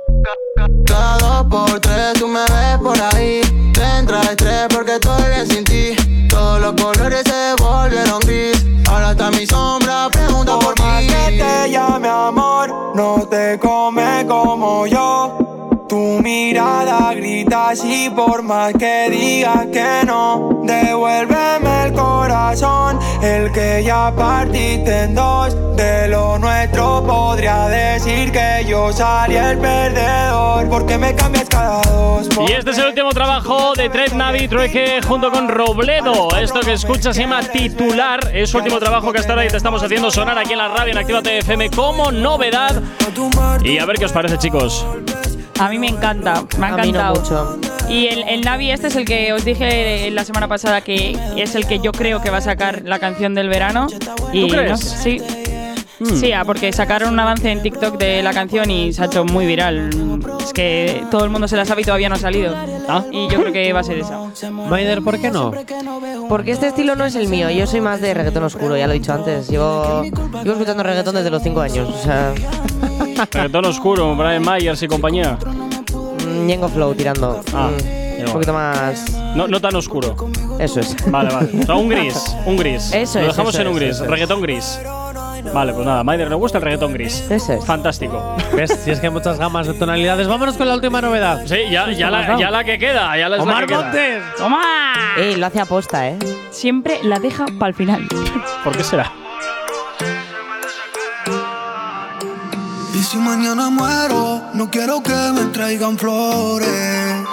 Cada dos por tres tú me ves por ahí. Te entra estrés porque estoy bien sin ti. Todos los colores se volvieron gris. Ahora está mi sombra, pregunta por mí.
que te llame amor, no te come como yo. Tu mirada grita y por más que digas que no, devuélveme el corazón, el que ya partiste en dos. De lo nuestro podría decir que yo salí el perdedor, porque me cambias cada dos. por
Y este es el último trabajo de Tred Navi Trueque junto con Robledo. Esto que escuchas se llama Titular. Es su último trabajo que hasta ahora te estamos haciendo sonar aquí en la radio en Actívate FM como novedad. Y a ver qué os parece, chicos.
A mí me encanta, me ha
A mí no
encantado. Y el, el Navi este es el que os dije la semana pasada que es el que yo creo que va a sacar la canción del verano. Y
¿Tú crees?
no sé, sí.
Hmm.
Sí, ah, porque sacaron un avance en TikTok de la canción y se ha hecho muy viral. Es que todo el mundo se la sabe y todavía no ha salido.
Ah.
Y yo creo que va a ser esa.
Maider, ¿por qué no?
Porque este estilo no es el mío. Yo soy más de reggaetón oscuro, ya lo he dicho antes. Llevo, llevo escuchando reggaetón desde los 5 años. O sea,
Reggaetón oscuro, Brian Myers y compañía.
mm, Ñengo Flow tirando.
Ah,
Mm, un poquito más.
No, no tan oscuro.
Eso es.
Vale, vale. O sea, un gris, un gris.
Eso
Lo
es,
dejamos
eso
en un
es,
gris,
eso es.
reggaetón gris. Vale, pues nada, Maider le gusta el reggaetón gris. Fantástico.
¿Ves? Si es que hay muchas gamas de tonalidades. Vámonos con la última novedad.
Sí, ya, ya, la, ya la que queda, ya la es la
Omar
que queda.
Montes.
¡Toma!
Ey, lo hace aposta, ¿eh?
Siempre la deja para el final.
¿Por qué será?
Y si mañana muero, no quiero que me traigan flores.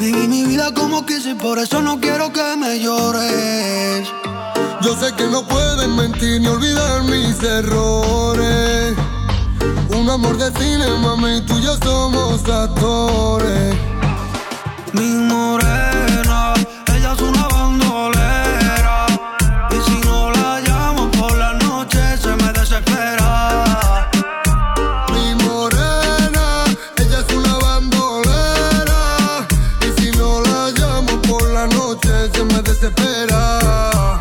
Viví mi vida como quise, por eso no quiero que me llores.
Yo sé que no pueden mentir ni olvidar mis errores. Un amor de cine, mami, tú y yo somos actores.
Mi morena, ella es una bandolera. Y si no la llamo por la noche, se me desespera.
Mi morena, ella es una bandolera. Y si no la llamo por la noche, se me desespera.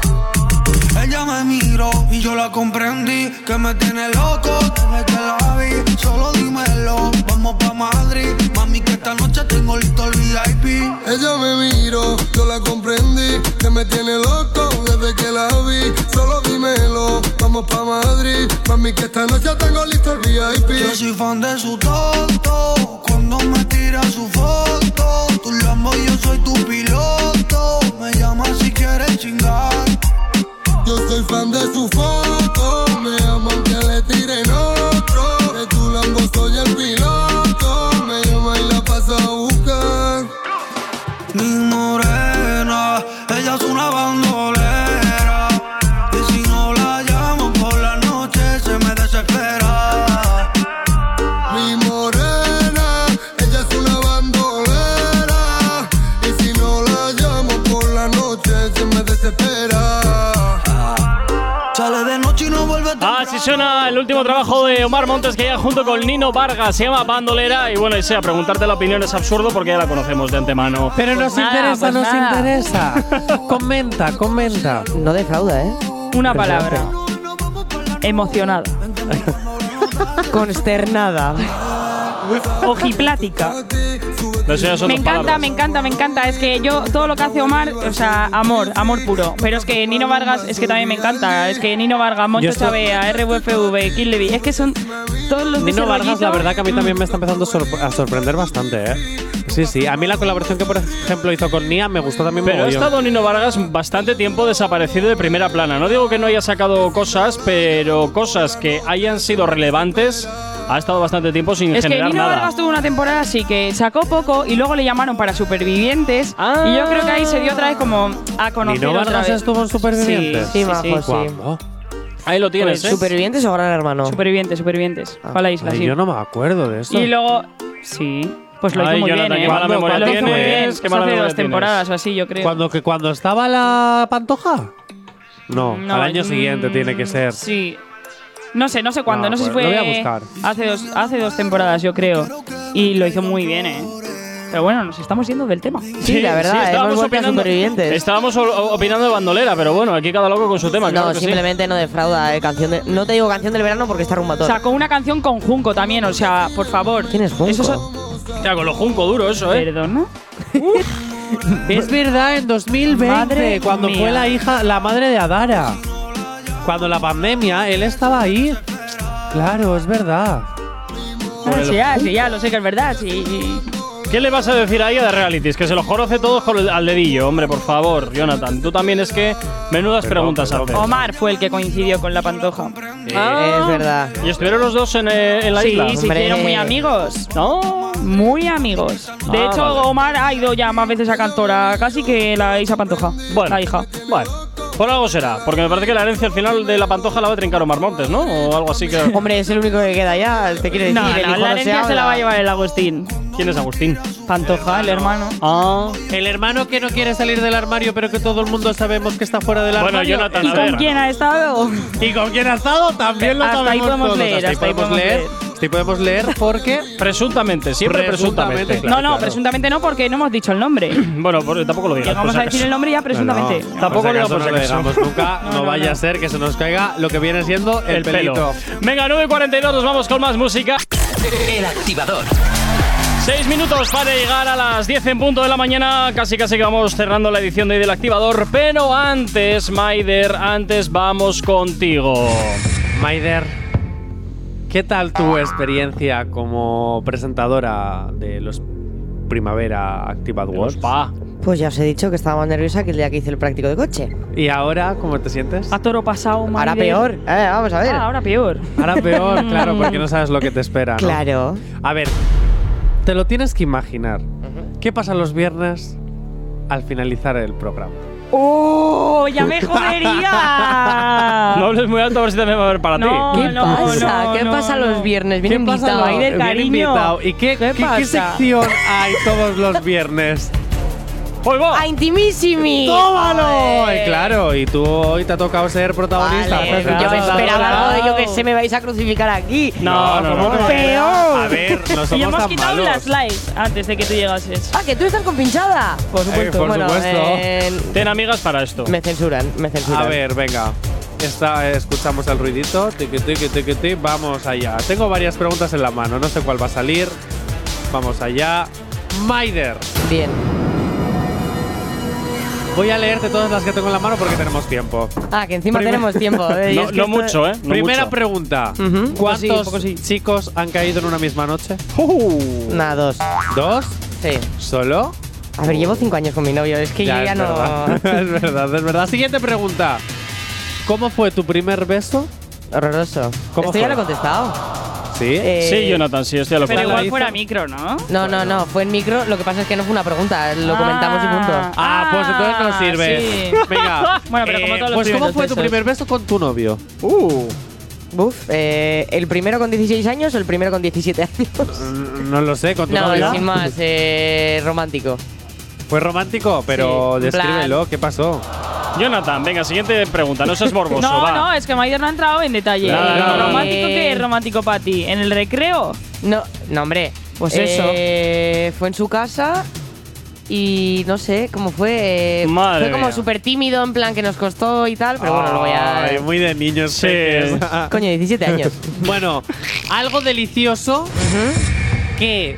Ella me miró y yo la comprendí Que me tiene loco desde que la vi Solo dímelo, vamos pa' Madrid Mami, que esta noche tengo listo el VIP
Ella me miró, yo la comprendí, que me tiene loco desde que la vi. Solo dímelo, vamos pa' Madrid, mami que esta noche tengo listo el VIP.
Yo soy fan de su toto Cuando me tira su foto Tu Lambo, yo soy tu piloto Me llama si quieres chingar
Yo soy fan de su foto, me aman que le tiren otro. De tu Lambo soy el piloto, me llama y la pasa a buscar.
Mi morena, ella es una bandolera. Y si no la llamo por la noche, se me desespera.
Mi morena, ella es una bandolera.
Así suena el último trabajo de Omar Montes que ya junto con Nino Vargas se llama Bandolera y bueno, y sea, preguntarte la opinión es absurdo porque ya la conocemos de antemano. Pues
Pero nos
Pues
interesa, nos interesa. comenta, comenta.
No defrauda, ¿eh?
Una palabra. Emocionada.
Consternada.
Ojiplática.
No sé, son
Me
dos
encanta,
palabras.
me encanta, me encanta. Es que yo, todo lo que hace Omar, o sea, amor, amor puro. Pero es que Nino Vargas, es que también me encanta. Es que Nino Vargas,
Yo
Moncho
estoy-
Chavea, RWFV, Kill Levy. Es que son todos los de
Nino
ese
Vargas,
rollito.
la verdad que a mí también me está empezando a sorpre- a sorprender bastante, ¿eh? Sí, sí. A mí la colaboración que, por ejemplo, hizo con Nia me gustó también
Pero ha
mogollón.
estado Nino Vargas bastante tiempo desaparecido de primera plana. No digo que no haya sacado cosas, pero cosas que hayan sido relevantes, ha estado bastante tiempo sin
Es que
generar
Nino
nada.
Vargas tuvo una temporada así que sacó poco y luego le llamaron para Supervivientes. Y yo creo que ahí se dio otra vez como a conocer.
Nino
otra
Vargas
vez.
estuvo en Supervivientes.
Sí, sí, sí, sí.
Guapo.
Ahí lo tienes,
Pues,
¿eh?
¿supervivientes
o gran hermano? Ah.
Supervivientes, supervivientes. Para la isla,
Ay,
sí.
yo no me acuerdo de eso.
Y luego. Sí. Pues lo
Ay,
hizo muy
Jonathan,
bien, ¿eh?
qué mala
Cuando-
memoria
cuando lo hizo muy
tienes,
bien.
qué
Eso
mala
hace
memoria tienes.
dos temporadas o así, yo creo.
Cuando, que cuando estaba la Pantoja. No,
No,
al año
mm,
siguiente tiene que ser.
Sí. No sé, no sé cuándo.
No,
No, sé si fue
bueno, Ah, pues lo voy a buscar.
Hace, dos, hace dos temporadas, yo creo. Y lo hizo muy bien, ¿eh? Pero bueno, nos estamos yendo del tema.
Sí, la verdad, ¿eh? hemos vuelto a supervivientes.
Estábamos o- opinando de bandolera, pero bueno, aquí cada loco con su tema. claro
No,
que sí.
simplemente no defrauda. eh, canción de- no te digo canción del verano porque está rumba todo.
Sacó una canción con Junco también, o sea, por favor.
¿Quién es Junco?
Hostia, con lo junco duro eso, ¿eh?
¿Perdona?
Es verdad, en 2020,
Madre
cuando
mía.
fue la hija, la madre de Adara. Cuando la pandemia, él estaba ahí. Claro, es verdad.
Ah, sí, ya, sí, ya, lo sé que es verdad. Sí, sí.
¿Qué le vas a decir ahí a The Realities? Que se los conoce todos con el- al dedillo, hombre, por favor, Jonathan. Tú también es que menudas preguntas haces.
Omar fue el que coincidió con la pantoja.
Ah.
Es verdad.
¿Y estuvieron los dos en, eh, en la
sí,
isla?
se hicieron muy amigos. No, muy amigos. De
Ah,
hecho,
vale.
Omar ha ido ya más veces a Cantora, casi que la Isa Pantoja.
Bueno.
La hija.
Bueno, por algo será. Porque me parece que la herencia al final de la pantoja la va a trincar Omar Montes, ¿no? O algo así que.
Hombre, es el único que queda ya, te quiero decir.
No,
el
no,
hijo
la
no
herencia se
habla.
la va a llevar el Agustín.
¿Quién es Agustín?
Pantoja, el hermano.
Ah.
El hermano que no quiere salir del armario, pero que todo el mundo sabemos que está fuera del
Bueno,
armario.
Jonathan,
¿Y con quién ha estado?
¿Y con quién ha estado? También lo
Hasta ahí
sabemos
podemos
todos.
leer,
hasta ahí podemos leer. Hasta ahí podemos leer porque…
Presuntamente, siempre presuntamente.
Presuntamente,
no, no, presuntamente no, porque no hemos dicho el nombre.
Bueno, por- tampoco lo digas.
Llegamos
por si
a decir
acaso.
el nombre ya presuntamente.
No, no.
Tampoco
Por si
lo
acaso
por si
no lo
acaso.
digamos nunca. no, vaya a ser que se nos caiga lo que viene siendo el, pelito.
Venga, 9.42, nos vamos con más música.
El activador.
Seis minutos para llegar a las 10 en punto de la mañana. Casi casi que vamos cerrando la edición de hoy del activador. Pero antes, Maider, antes vamos contigo.
Maider, ¿qué tal tu experiencia como presentadora de los Primavera Activa Awards?
Pues ya os he dicho que estaba más nerviosa que el día que hice el práctico de coche.
¿Y ahora cómo te sientes?
A toro pasado,
Ahora
Maide.
peor. Eh, vamos a ver.
Ah, ahora peor.
Ahora peor, claro, porque no sabes lo que te espera. ¿no?
Claro.
A ver, te lo tienes que imaginar. ¿Qué pasa los viernes al finalizar el programa?
¡Oh! ¡Ya me jodería!
No hables muy alto a ver si también va a haber para
Ah. No,
ti.
¿Qué no, pasa? no, ¿Qué no, pasa los no. viernes? Viene ¿Qué pasa invitado. los- Aire,
Viene
cariño.
invitado. ¿Y qué, qué- qué
pasa?
sección hay todos los viernes?
¡Hoy va!
¡A intimísimi!
Pues-
¡Tómalo!
Joder.
Eh, claro, y tú hoy te ha tocado ser protagonista.
Vale,
pues
yo
claro.
me esperaba algo de yo que sé, me vais a crucificar aquí.
No, no, no, no.
¡Peor!
A ver, no
y
somos
hemos
tan
quitado
malos.
las likes antes de que tú llegases.
Ah, que tú estás compinchada. Por
Eh,
eh,
supuesto. Eh, por supuesto.
Ten amigas para esto.
me censuran, me censuran.
A ver, venga. Esta, eh, escuchamos el ruidito. Tiqui, tiqui, tiqui, tiqui. Vamos allá. Tengo varias preguntas en la mano. No sé cuál va a salir. Vamos allá. Maider.
Bien.
Voy a leerte todas las que tengo en la mano porque tenemos tiempo.
Ah, que encima
Prima-
tenemos tiempo. eh, y es que esto-
Primera pregunta.
Ujú. Poco sí,
¿Cuántos
poco sí.
chicos han caído en una misma noche?
Nada, dos.
¿Dos?
Sí.
¿Solo?
A ver, llevo cinco años con mi novio, es que yo ya
es
no.
Verdad. es verdad, es verdad. Siguiente pregunta. ¿Cómo fue tu primer beso?
Horroroso.
¿Cómo
Esto
fue?
ya lo he contestado.
¿Sí?
Eh,
Sí, Jonathan, sí, estoy a lo
Pero
que-
igual fuera micro, ¿no?
No, no, no, fue en micro. Lo que pasa es que no fue una pregunta, lo comentamos y punto.
Ah, pues entonces no sirve.
sí.
Venga.
Bueno, pero
Eh,
como todos los
pues ¿cómo
primeros
fue tu
besos.
primer beso con tu novio?
Uh.
Buf, eh, el primero con 16 años o el primero con 17 años.
No lo sé, con tu
No,
novio.
sin más, eh, romántico.
Fue romántico, pero
Sí, en plan-
descríbelo, ¿qué pasó?
Jonathan, venga, siguiente pregunta. No seas morboso,
no,
va.
no, es que Maider no ha entrado en detalle.
Nada,
Eh,
nada, nada.
¿Romántico qué es romántico para ti? ¿En el recreo?
No, no hombre.
Pues
Eh, Fue en su casa y no sé cómo fue. eh,
Madre
fue como
mía.
súper tímido, en plan que nos costó y tal, pero bueno, luego ya.
Ay, muy de niños. Sí.
Coño, 17 años.
bueno, algo delicioso que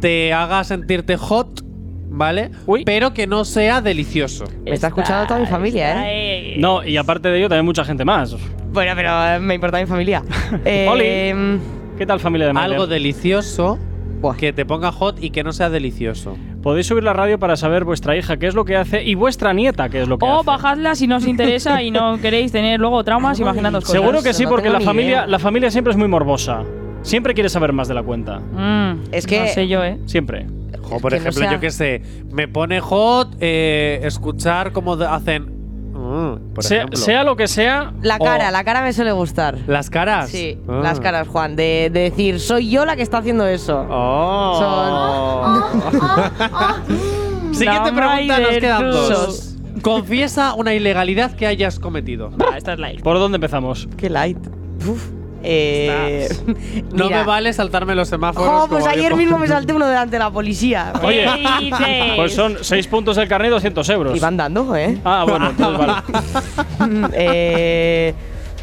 te haga sentirte hot, ¿vale? Pero que no sea delicioso.
Me está escuchando toda mi familia, ¿eh?
No, y aparte de ello, también mucha gente más.
Bueno, pero eh, me importa mi familia.
Oli. ¿Qué tal, familia de Maider?
Algo delicioso que te ponga hot y que no sea delicioso.
Podéis subir la radio para saber vuestra hija qué es lo que hace y vuestra nieta qué es lo que
O
hace.
bajadla si no os interesa y no queréis tener luego traumas imaginando cosas.
Seguro que sí, porque la familia, la familia siempre es muy morbosa. Siempre quiere saber más de la cuenta.
Mm,
es que.
¿eh?
Siempre.
O por
Que no
ejemplo,
sea-
yo qué sé, me pone hot eh, escuchar cómo de- hacen. mm, por
Sea-
ejemplo.
sea lo que sea.
La cara, la cara me suele gustar.
¿Las caras?
Sí,
Ah.
las caras, Juan. De, de decir, soy yo la que está haciendo eso.
Oh.
Son.
Siguiente pregunta, nos quedan
dos.
dos. Confiesa una ilegalidad que hayas cometido.
esta es light.
¿Por dónde empezamos?
Qué light. Uf. Eh,
No
mira.
me vale saltarme los
Oh,
semáforos.
Jo, pues
como
ayer
yo.
mismo me salté uno delante de la policía.
Oye, pues son 6 puntos del carnet, 200 euros.
Y van dando, ¿eh?
Ah, bueno, entonces vale.
Eh,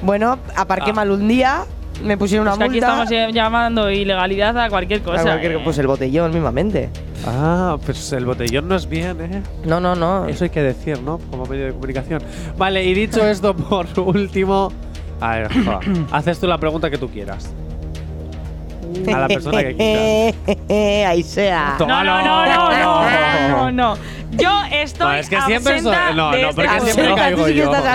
bueno,
Ah.
aparqué mal un día, me pusieron una
Es que aquí
multa.
estamos eh, llamando ilegalidad a cualquier cosa.
a cualquier-
eh.
pues el botellón mismamente.
Ah, pues el botellón no es bien, ¿eh?
No, no, no.
Eso hay que decir, ¿no? Como medio de comunicación. Vale, y dicho esto, por último. A ver, joder, haces tú la pregunta que tú quieras. A la persona que quieras.
Eh, Ahí sea.
No, no, no, no, no, no, no. Yo estoy
No, es que siempre
absenta
soy- no,
de
no,
este
porque
concurso.
siempre Absenta, caigo tú sí que yo. estás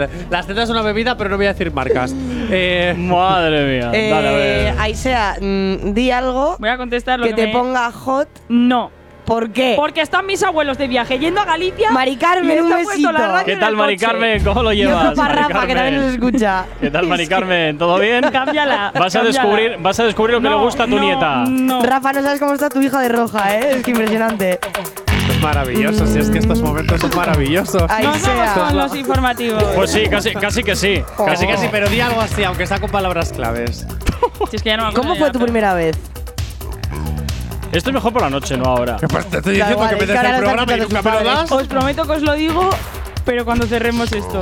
absenta.
Las tetas es una bebida, pero no voy a decir marcas. Eh,
Madre mía.
Eh, ahí sea, mm, di algo
Voy a contestar lo
que,
que,
te
me-
ponga hot.
No.
¿Por qué?
Porque están mis abuelos de viaje yendo a Galicia.
Mari Carmen,
y les
un
han puesto
besito.
la radio
¿Qué
en
tal,
el
Mari
coche.
Carmen? ¿Cómo lo llevas?
para
Mari
Rafa, que
Carmen?
también nos escucha.
¿Qué tal, Mari Carmen? ¿Todo bien?
Cámbiala,
Vas a
cámbiala.
descubrir, vas a descubrir lo que le gusta a tu nieta.
Rafa, no sabes cómo está tu hija de roja, ¿eh? Es que impresionante.
Es maravilloso, si es que estos momentos son maravillosos.
Ahí
Nos vamos con los informativos.
Pues sí, casi, casi que sí.
Casi que sí, Oh. pero di algo así, aunque sea con palabras claves.
Si es que ya no me acuerdo
¿Cómo
ya,
fue tu
pero-
primera vez?
Esto es mejor por la noche, no ahora.
te
estoy Da diciendo igual, que me es que des ahora el lo están programa y escuchando nunca me lo tus padres. das.
Os prometo que os lo digo, pero cuando cerremos esto.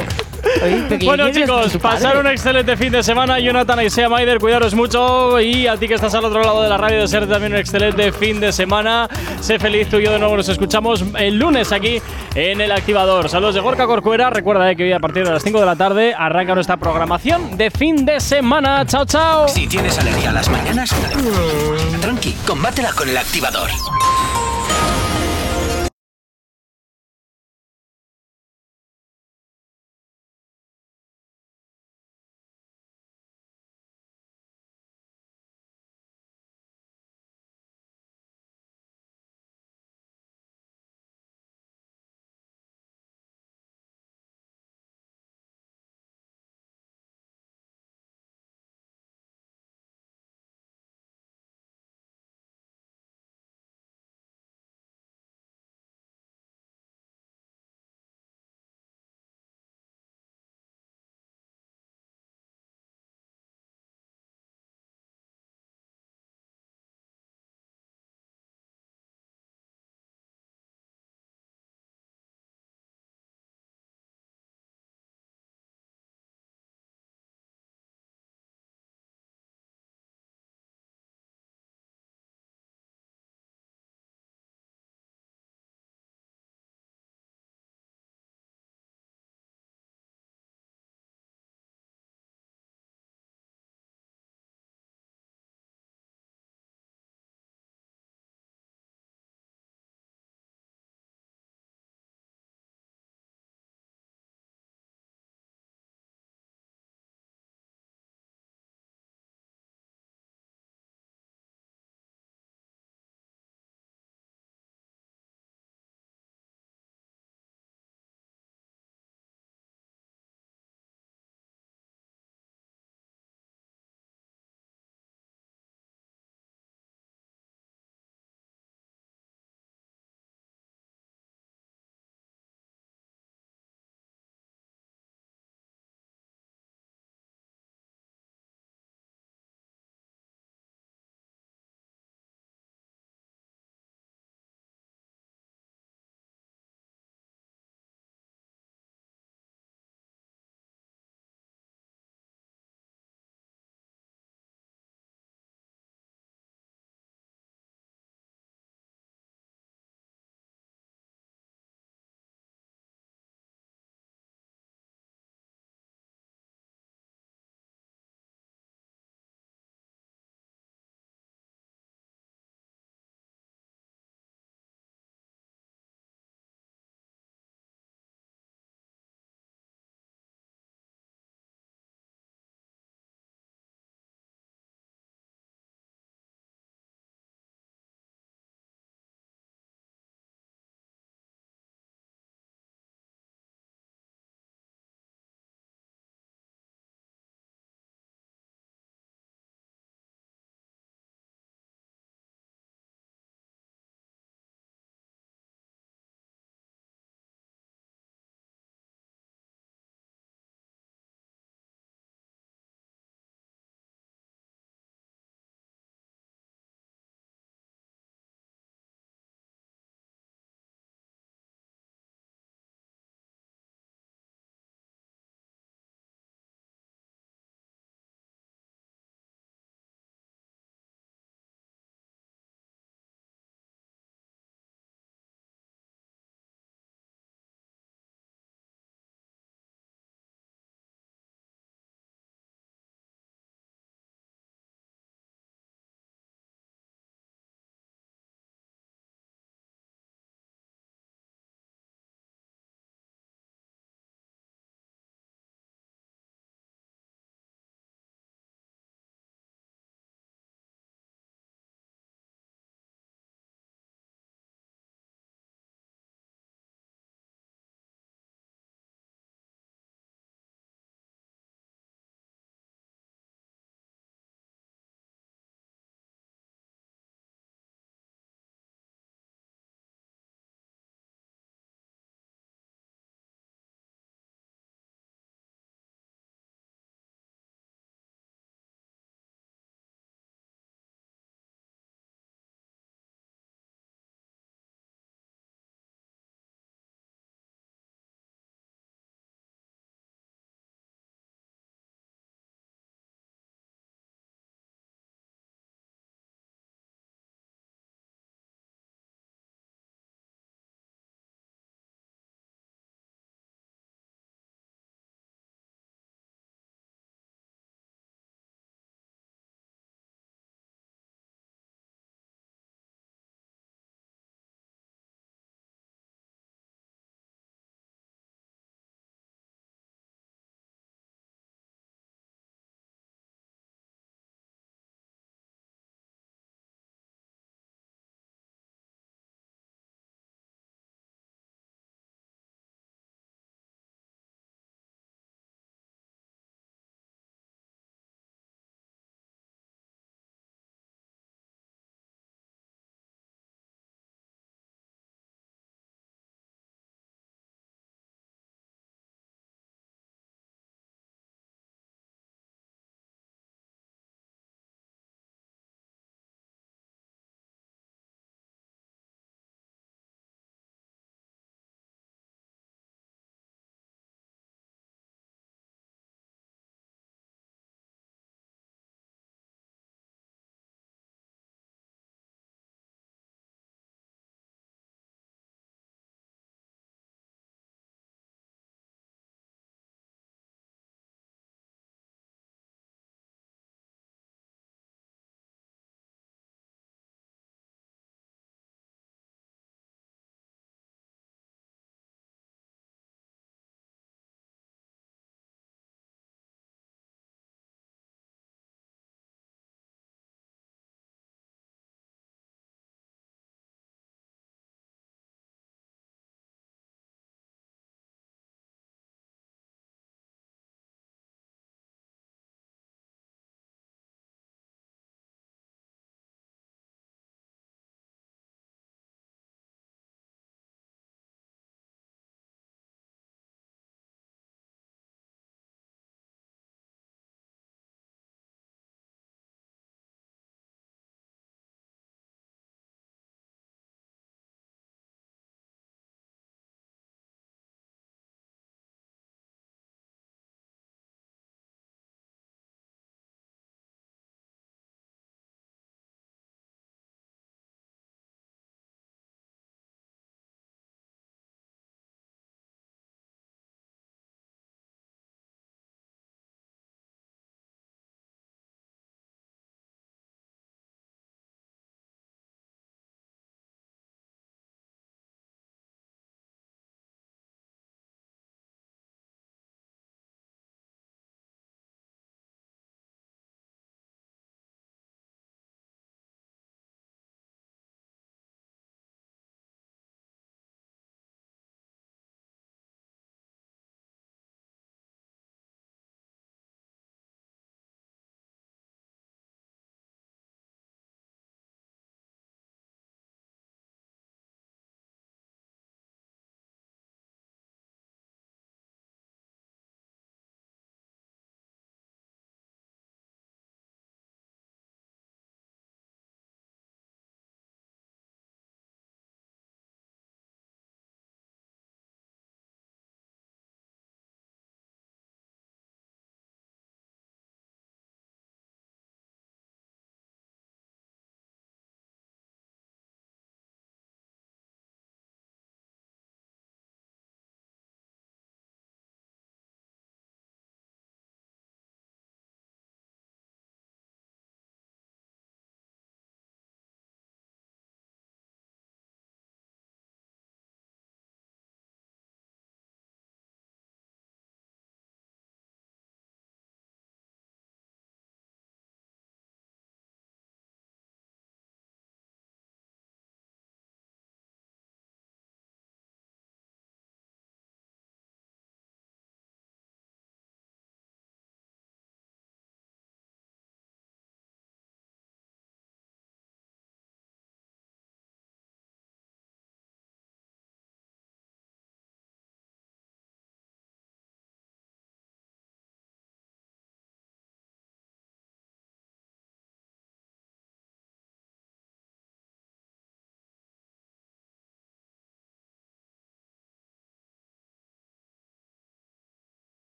Bueno chicos, pasar un excelente fin de semana. Jonathan, Isea, Maider, cuidaros mucho. Y a ti que estás al otro lado de la radio, ser también un excelente fin de semana. Sé feliz, tú y yo de nuevo nos escuchamos el lunes aquí en El Activador. Saludos de Gorka Corcuera. Recuerda eh, que hoy a partir de las 5 de la tarde arranca nuestra programación de fin de semana. Chao, chao.
Mm.
Si tienes alergia a las mañanas, tranqui, combátela con el activador.